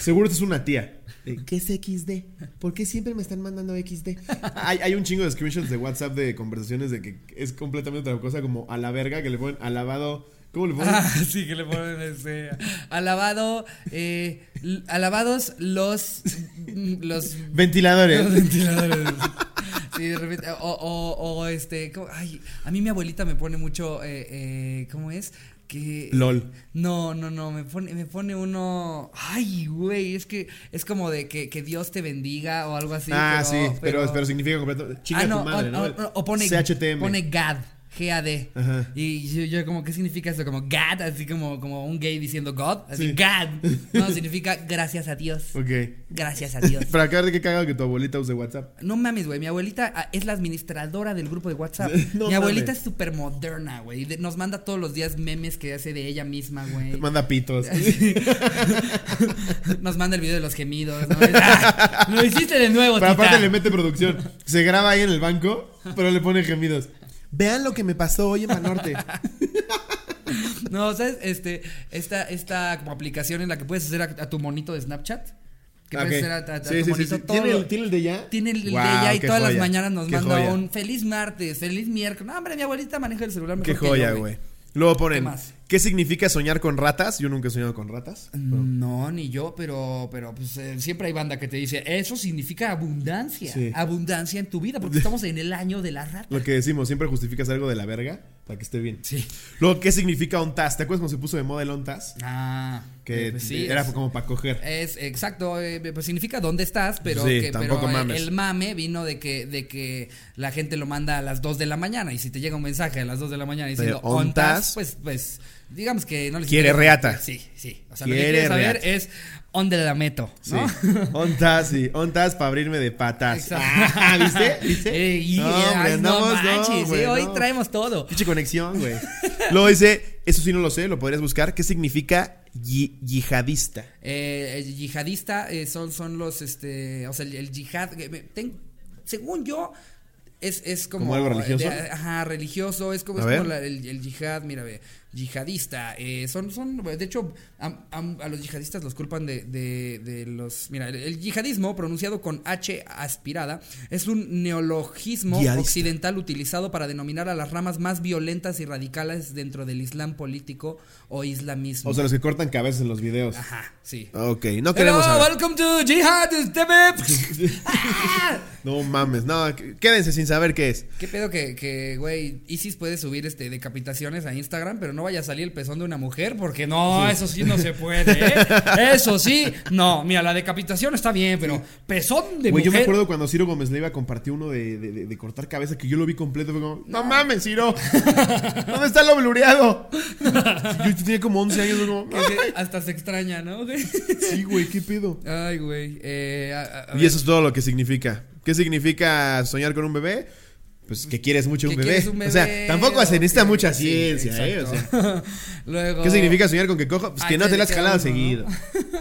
B: Seguro esta es una tía.
G: Eh, ¿Qué es XD? ¿Por qué siempre me están mandando XD?
B: Hay, hay un chingo de screenshots de WhatsApp de conversaciones de que es completamente otra cosa, como a la verga, que le ponen alabado. ¿Cómo le ponen?
A: Ah, sí, que le ponen este. Alabado. eh, l- alabados los. Los Los
C: Ventiladores.
A: ventiladores. Sí, de repente. O, o, o, este. ¿cómo? Ay, a mí mi abuelita me pone mucho. eh, eh, ¿Cómo es? Que.
B: LOL.
A: No, no, no, me pone, me pone uno. Ay, güey, es que es como de que, que Dios te bendiga o algo así.
B: ah, sí, pero, pero, significa completamente. Chinga
A: ah, no,
B: tu madre,
A: o,
B: ¿no?
A: o- o pone,
B: CHTM.
A: pone GAD, G-A-D.
B: Ajá.
A: Y yo, yo como, ¿qué significa eso? Como GAD, así como, como un gay diciendo God. Así, GAD. No, significa gracias a Dios.
B: Ok.
A: Gracias a Dios.
B: Para acabar de qué cagado que tu abuelita use WhatsApp.
A: No mames, güey. Mi abuelita ah, es la administradora del grupo de WhatsApp.
B: No
A: mi abuelita
B: mames.
A: es súper moderna, güey. y de- Nos manda todos los días memes que hace de ella misma, güey.
B: Manda pitos.
A: Nos manda el video de los gemidos, ¿no? Ah, Lo hiciste de nuevo,
B: Pero
A: tita.
B: aparte le mete producción. Se graba ahí en el banco, pero le pone gemidos.
G: Vean lo que me pasó hoy en Panorte.
A: No, ¿sabes? Este, esta, esta como aplicación en la que puedes hacer a, a tu monito de Snapchat. Que
B: Ok.
A: puedes hacer a, a- a
B: Sí, sí,
A: tu
B: sí,
A: monito
B: sí.
A: todo.
B: ¿Tiene el- tiene el de ya?
A: Tiene el, el
B: Wow,
A: de ya y
B: qué
A: todas las
B: joya,
A: mañanas nos
B: qué
A: manda
B: joya.
A: un feliz martes, feliz miércoles. No, hombre, mi abuelita maneja el celular mejor
B: Qué
A: que yo,
B: joya, güey. Luego
A: ¿Qué
B: ponen,
A: más?
B: ¿qué significa soñar con ratas? Yo nunca he soñado con ratas.
A: No, ni yo, pero, pero pues, eh, siempre hay banda que te dice, eso significa abundancia,
B: Sí.
A: abundancia en tu vida, porque estamos en el año de la rata.
B: Lo que decimos, siempre justificas algo de la verga para que esté bien.
A: Sí.
B: Luego, ¿qué significa ontas? ¿Te acuerdas cuando se puso de moda el ontas?
A: Ah,
B: Que
A: eh, pues sí,
B: era
A: es, Eh,
B: como para coger.
A: es- exacto, eh, pues significa dónde estás, pero,
B: Sí,
A: que,
B: tampoco
A: pero, eh,
B: mames.
A: el mame vino de que, de que la gente lo manda a las 2 de la mañana y si te llega un mensaje a las 2 de la mañana diciendo,
B: ¿ontas?
A: ¿ontas? Pues, pues, digamos que no les
B: Quiere reata.
A: Sí, sí, o sea, lo que
B: Quiere
A: quieres saber
B: reata.
A: es, ¿dónde la meto? ¿no?
B: Sí. ontas, sí. Ontas para abrirme de patas.
A: Exacto.
B: Ah, ¿Viste? ¿Viste?
A: Eh, y-
B: No, hombre,
A: ay, no
B: andamos, no,
A: manches,
B: güey,
A: eh, hoy
B: no.
A: traemos todo.
B: Pinche conexión, güey. Luego dice, eso sí no lo sé, lo podrías buscar. ¿Qué significa yi- yihadista?
A: Eh, el yihadista eh, son, son los, este, o sea, el, el yihad, que me- ten- según yo, es, es como...
B: ¿Como algo religioso?
A: de- ajá, religioso, es como,
B: A
A: es
B: ver.
A: como la- el, el yihad, mira, ve, yihadista, eh, son, son, de hecho, am- am- a, los yihadistas los culpan de, de- de los, mira, el, el yihadismo, pronunciado con H aspirada, es un neologismo
B: Yihadista.
A: occidental utilizado para denominar a las ramas más violentas y radicales dentro del islam político o islamismo.
B: O sea, los que cortan cabezas en los videos.
A: ajá, sí.
B: Ok, no queremos
A: Hello,
B: saber.
A: welcome to Jihad Step Ah,
B: No mames, no, qu- quédense sin saber qué es.
A: ¿Qué pedo que, que, güey, ISIS puede subir este decapitaciones a Instagram, pero no no vaya a salir el pezón de una mujer, porque no, eso sí no se puede. ¿eh? Eso sí, no, mira, la decapitación está bien, pero pezón de
C: Güey, yo me
A: mujer.
C: acuerdo cuando Ciro Gómez Leiva compartió uno de, de- de- de cortar cabeza que yo lo vi completo. Fue como, no mames, Ciro. ¿Dónde está lo blureado? yo tenía como 11 años. fue Como,
B: "Ah,
A: que se- hasta se extraña, ¿no?
C: sí, güey, qué pedo.
A: Ay, güey. eh, a- a- a
B: Y
A: ver,
B: eso es todo lo que significa. ¿Qué significa soñar con un bebé? Pues que quieres mucho un
A: ¿qué
B: bebé.
A: quieres, un
B: O sea,
A: bebé?
B: tampoco se necesita
A: Ok,
B: mucha
A: sí,
B: ciencia, ¿eh? O
A: exacto.
B: sea,
A: Luego.
B: ¿Qué significa soñar con que cojo? Pues que no
A: Antes
B: te la
A: de
B: has
A: que
B: jalado
A: uno, ¿no?
B: seguido.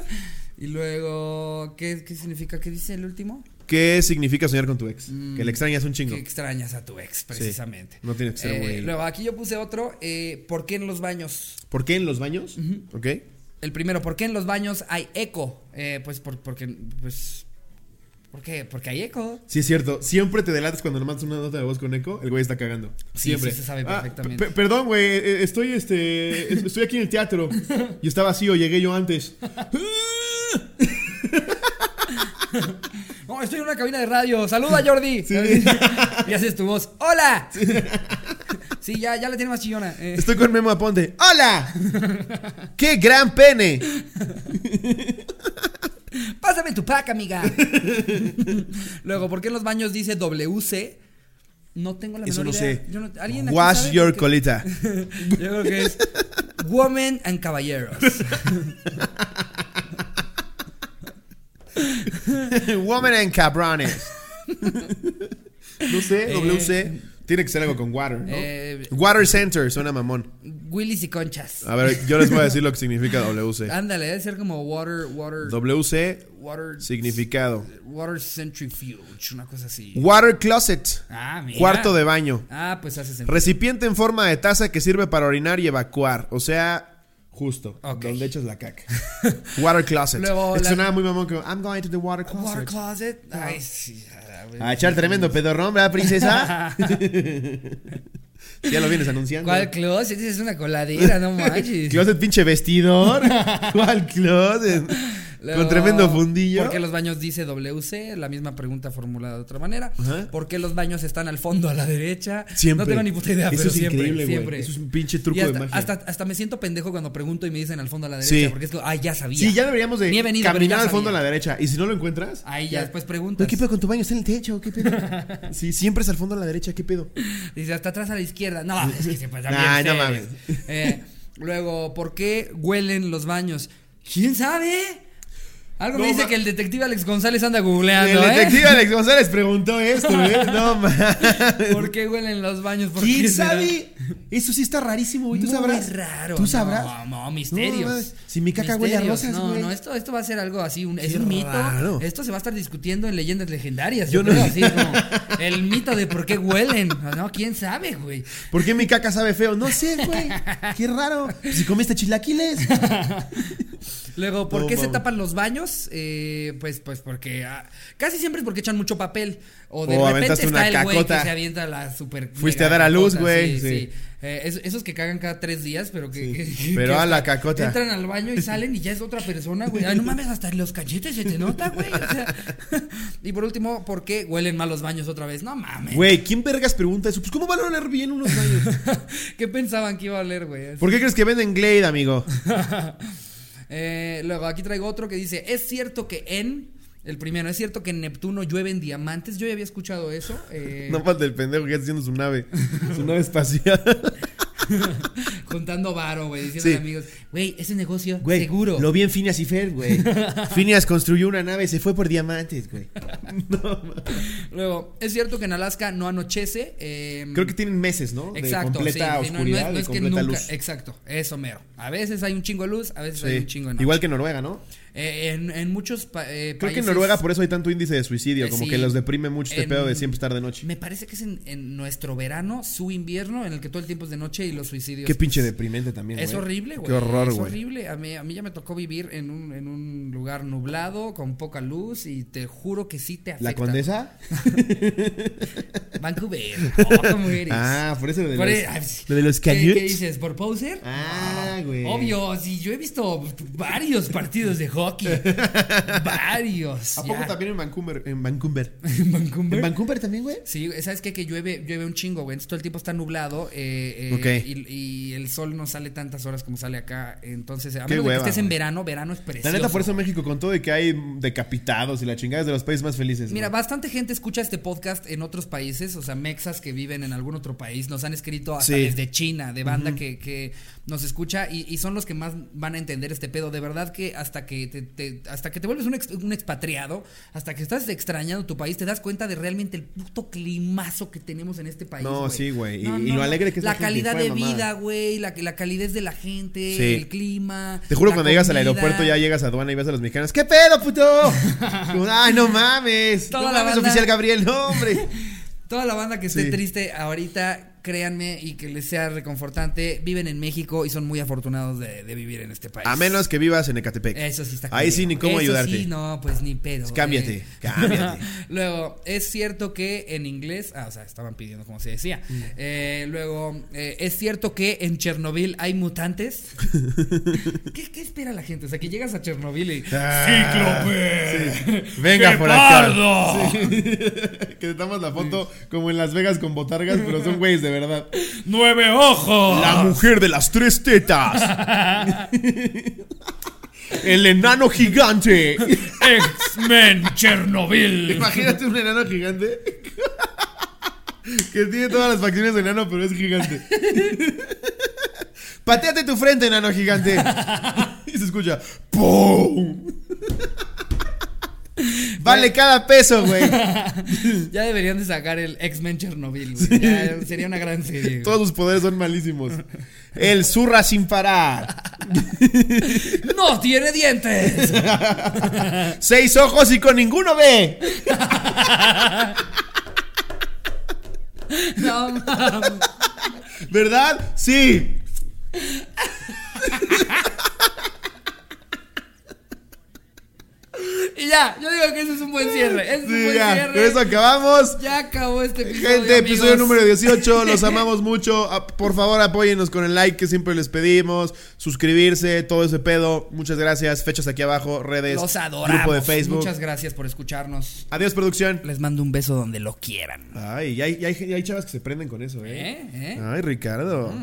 A: Y luego, ¿qué, qué significa? ¿Qué dice el último?
B: ¿Qué significa soñar con tu ex?
A: Mm.
B: Que le extrañas un chingo.
A: Que extrañas a tu ex, precisamente.
B: no tiene que ser
A: Eh,
B: muy-
A: Luego, aquí yo puse otro. eh, ¿Por qué en los baños?
B: ¿Por qué en los baños? ¿Ok?
A: El primero, ¿por qué en los baños hay eco? Eh, pues por- porque, pues, ¿por qué? Porque hay eco.
C: Sí, es cierto. Siempre te delatas cuando le mandas una nota de voz con eco. El güey está cagando.
A: Sí,
C: Siempre.
A: sí se sabe
C: Ah,
A: perfectamente.
C: pe- perdón, güey. eh, Estoy, este, es- estoy aquí en el teatro. Y está vacío. Llegué yo antes.
A: No, estoy en una cabina de radio. Saluda, Jordi. Y haces tu voz. ¡Hola! Sí, ya, ya le tiene más chillona. Eh,
B: Estoy con Memo Aponte. ¡Hola! ¡Qué gran pene!
A: Pásame tu pack, amiga. Luego, ¿por qué en los baños dice WC? No tengo la
B: Eso
A: menor idea.
B: no sé.
A: Yo no- ¿Alguien aquí
B: Wash
A: sabe
B: your
A: por qué?
B: colita.
A: Yo creo que es Women and Caballeros.
B: Woman and cabrones.
C: No sé.
B: Eh, WC.
C: Tiene que ser algo con water, ¿no?
A: Eh,
B: Water Center, suena mamón.
A: Willis y Conchas.
B: A ver, yo les voy a decir lo que significa WC.
A: Ándale, debe ser como water, water,
B: WC,
A: water,
B: significado.
A: water centrifuge, una cosa así.
B: Water closet,
A: Ah, mira.
B: cuarto de baño.
A: Ah, pues hace sentido.
B: Recipiente en forma de taza que sirve para orinar y evacuar. O sea,
C: Justo.
A: Ok.
C: Donde echas la caca.
B: water closet.
A: Luego
C: Es que
A: la-
C: Sonaba muy mamón como, I'm going to the water
A: water
C: closet.
A: closet. Ay, sí. ah, güey.
B: A echar tremendo pedorrón, ¿verdad, princesa?
C: Ya lo vienes anunciando.
A: ¿Cuál closet? Esa Es una coladera, no manches.
B: Closet pinche vestidor. ¿Cuál closet?
A: Luego,
B: Con tremendo fundillo.
A: ¿Por qué los baños dice WC? La misma pregunta formulada de otra manera.
B: Ajá.
A: ¿Por qué los baños están al fondo a la derecha?
B: Siempre.
A: No tengo ni puta idea,
B: Eso
A: pero
B: es
A: siempre,
B: increíble, güey.
A: siempre.
B: Eso es un pinche truco
A: Y hasta,
B: de magia.
A: Hasta, hasta me siento pendejo cuando pregunto y me dicen al fondo a la
B: Sí.
A: derecha, porque es como, ay, ya sabía.
C: Sí, ya deberíamos de
A: Ni he venido, pero
C: caminar
A: ya
C: al fondo a
A: sabía.
C: la derecha. Y si no lo encuentras,
A: Ahí ya, después preguntas.
B: Güey, ¿Qué pedo con tu baño? ¿Está en el techo? ¿Qué pedo? Sí, siempre es al fondo a la derecha. ¿Qué pedo?
A: Dice, hasta atrás a la izquierda. No, es que se pasa
B: Nah,
A: bien
B: no
A: ustedes. Eh, luego, ¿por qué huelen los baños? ¿Quién sabe? Algo me
C: No,
A: dice
C: ma-
A: que el detective Alex González anda googleando,
B: el
A: ¿eh?
B: detective Alex González preguntó esto, ¿eh? No mames.
A: ¿Por qué huelen los baños? ¿Por qué
G: ¿Quién
A: será?
G: sabe? Eso sí está rarísimo, güey. Tú
A: Muy
G: sabrás.
A: raro.
G: Tú sabrás.
A: No, no, misterios.
G: No, no, si mi caca huele a rosas,
A: No,
G: güey.
A: no, esto, esto va a ser algo así, un, es un mito.
B: raro.
A: Esto se va a estar discutiendo en leyendas legendarias. Yo, creo, así como el mito de por qué huelen. No, quién sabe, güey.
B: ¿Por qué mi caca sabe feo? No sé.
G: Sí, güey. Qué raro. Si comiste chilaquiles.
A: Luego, ¿por
B: No,
A: qué se
B: mames.
A: tapan los baños? Eh, pues, pues porque ah, casi siempre es porque echan mucho papel. O de
B: O
A: repente
B: aventaste
A: está
B: una
A: el güey que
B: cacota.
A: se avienta la super.
B: Fuiste
A: mega
B: a dar a luz,
A: cacota, Sí,
B: güey, sí.
A: sí. Eh, es- esos que cagan cada tres días, pero que. que- que-
B: Pero
A: que
B: a la
A: hasta
B: cacota.
A: Entran al baño y salen y ya es otra persona, güey. Ay, no mames, hasta los cachetes se te nota, güey. O sea, y por último, ¿por qué huelen mal los baños otra vez? No mames.
B: Güey, ¿quién vergas pregunta eso? Pues, ¿cómo van a oler bien unos baños?
A: ¿Qué pensaban que iba a oler, güey?
B: ¿Por qué crees que venden Glade, amigo?
A: Eh, luego aquí traigo otro que dice, es cierto que en... El primero, es cierto que en Neptuno llueven diamantes. Yo ya había escuchado eso. eh,
B: No falta el pendejo que está haciendo su nave. Su nave espacial.
A: Juntando varo, güey. Diciéndole
B: Sí.
A: amigos, güey, ese negocio,
B: Güey,
A: seguro.
B: Lo vi en Phineas y Fer, güey. Phineas construyó una nave y se fue por diamantes, güey.
A: Luego, es cierto que en Alaska no anochece. eh,
B: Creo que tienen meses, ¿no?
A: Exacto,
B: de completa
A: sí, sí, no- no es-
B: oscuridad
A: no
B: y
A: es que nunca-
B: completa luz.
A: Exacto, eso mero. A veces hay un chingo de luz, a veces hay
B: Sí.
A: un chingo de noche.
B: Igual que Noruega, ¿no?
A: Eh, en, en muchos pa- eh,
B: Creo que en
A: países-
B: Noruega por eso hay tanto índice de suicidio,
A: Eh,
B: como
A: sí.
B: que los deprime mucho este
A: En-
B: pedo de siempre estar de noche.
A: Me parece que es en, en nuestro verano, su invierno, en el que todo el tiempo es de noche y los suicidios.
B: Qué pinche deprimente también,
A: Es
B: güey.
A: horrible, güey.
B: Qué horror,
A: Es
B: güey.
A: horrible. A mí, a mí ya me tocó vivir en un, en un lugar nublado, con poca luz, y te juro que sí te afecta.
B: ¿La condesa?
A: Vancouver. Oh, ¿Cómo eres?
C: Ah, por eso lo de
A: Por-
C: los-
A: ah,
C: lo de los
A: ¿qué-
C: Canuts.
A: ¿Qué dices? ¿Por Poser?
C: Ah, güey.
A: Obvio, sí, yo he visto varios partidos de hockey. varios.
C: ¿A poco
A: ya. ¿Eh?
C: también en Vancouver? En Vancouver.
A: ¿En Vancouver?
G: ¿En Vancouver también, güey?
A: Sí, güey, ¿sabes qué? Que llueve, llueve un chingo, güey. Entonces todo el tiempo está nublado. eh, eh,
B: Ok.
A: y, y el sol no sale tantas horas como sale acá. Entonces, a menos
B: Qué
A: de que
B: hueva,
A: estés en
B: güey.
A: verano, verano es
C: La
A: precioso.
C: neta, por eso México, con todo de que hay decapitados y la chingada es de los países más felices.
A: Mira,
C: güey.
A: bastante gente escucha este podcast en otros países, o sea, mexas que viven en algún otro país, nos han escrito hasta
B: Sí.
A: desde China, de banda que, que nos escucha y, y son los que más van a entender este pedo. De verdad que hasta que te, te- hasta que te vuelves un, ex- un expatriado, hasta que estás extrañando tu país, te das cuenta de realmente el puto climazo que tenemos en este país.
B: No, sí, güey, y- y lo
C: alegre que es
A: la,
C: la gente,
A: calidad
C: hijo de
A: de
C: mamá.
A: vida, güey, la, la calidez de la gente,
B: Sí.
A: el clima.
B: Te juro,
A: la
B: cuando llegas al
A: comida.
B: aeropuerto ya llegas a aduana y ves a los mexicanos. ¿Qué pedo, puto? Como, Ay, no mames.
A: Toda
B: no
A: la
B: mames,
A: banda-
B: oficial Gabriel, no, hombre.
A: Toda la banda que esté
B: Sí.
A: triste ahorita, créanme y que les sea reconfortante, viven en México y son muy afortunados de, de vivir en este país.
B: A menos que vivas en Ecatepec.
A: Eso sí está
B: Ahí
A: culero.
B: sí, ni cómo
A: Eso
B: ayudarte.
A: sí, no, pues ni pedo.
B: Cámbiate,
A: eh.
B: cámbiate.
A: luego, es cierto que en inglés. Ah, o sea, estaban pidiendo como se decía.
B: Mm.
A: Eh, luego, eh, es cierto que en Chernobyl hay mutantes. ¿Qué, qué espera la gente? O sea, que llegas a Chernobyl y.
B: Ah,
A: ¡Cíclope!
B: sí. Venga por acá.
A: ¡Guepardo!
C: que te tomas la foto como en Las Vegas con botargas, pero son güeyes de verdad.
A: ¡Nueve ojos!
C: Ah.
B: La mujer de las tres tetas.
C: El enano gigante.
A: X-Men Chernobyl.
C: Imagínate un enano gigante. que tiene todas las facciones de enano, pero es gigante.
B: Pateate tu frente, enano gigante.
C: Y se escucha. ¡Pum!
B: Vale cada peso, güey.
A: Ya deberían de sacar el X-Men Chernobyl. güey. Ya sería una gran serie. güey.
C: Todos sus poderes son malísimos.
B: El zurra sin parar.
A: ¡No tiene dientes!
B: Seis ojos y con ninguno ve.
A: No mames.
B: ¿Verdad? Sí.
A: Y ya, yo digo que ese es un buen cierre. Ese es un
B: Sí,
A: buen
B: ya.
A: cierre.
B: Con eso acabamos.
A: Ya acabó este episodio.
B: Gente, episodio
A: amigos.
B: número 18, los amamos mucho. Ah, Por favor, apóyennos con el like que siempre les pedimos, suscribirse, todo ese pedo. Muchas gracias. Fechas aquí abajo, redes,
A: Los adoramos.
B: grupo de Facebook.
A: Muchas gracias por escucharnos.
B: Adiós, producción.
A: Les mando un beso donde lo quieran.
B: Ay, y hay, y hay- y hay chavas que se prenden con eso, ¿eh?
A: ¿Eh? ¿Eh?
B: Ay, Ricardo.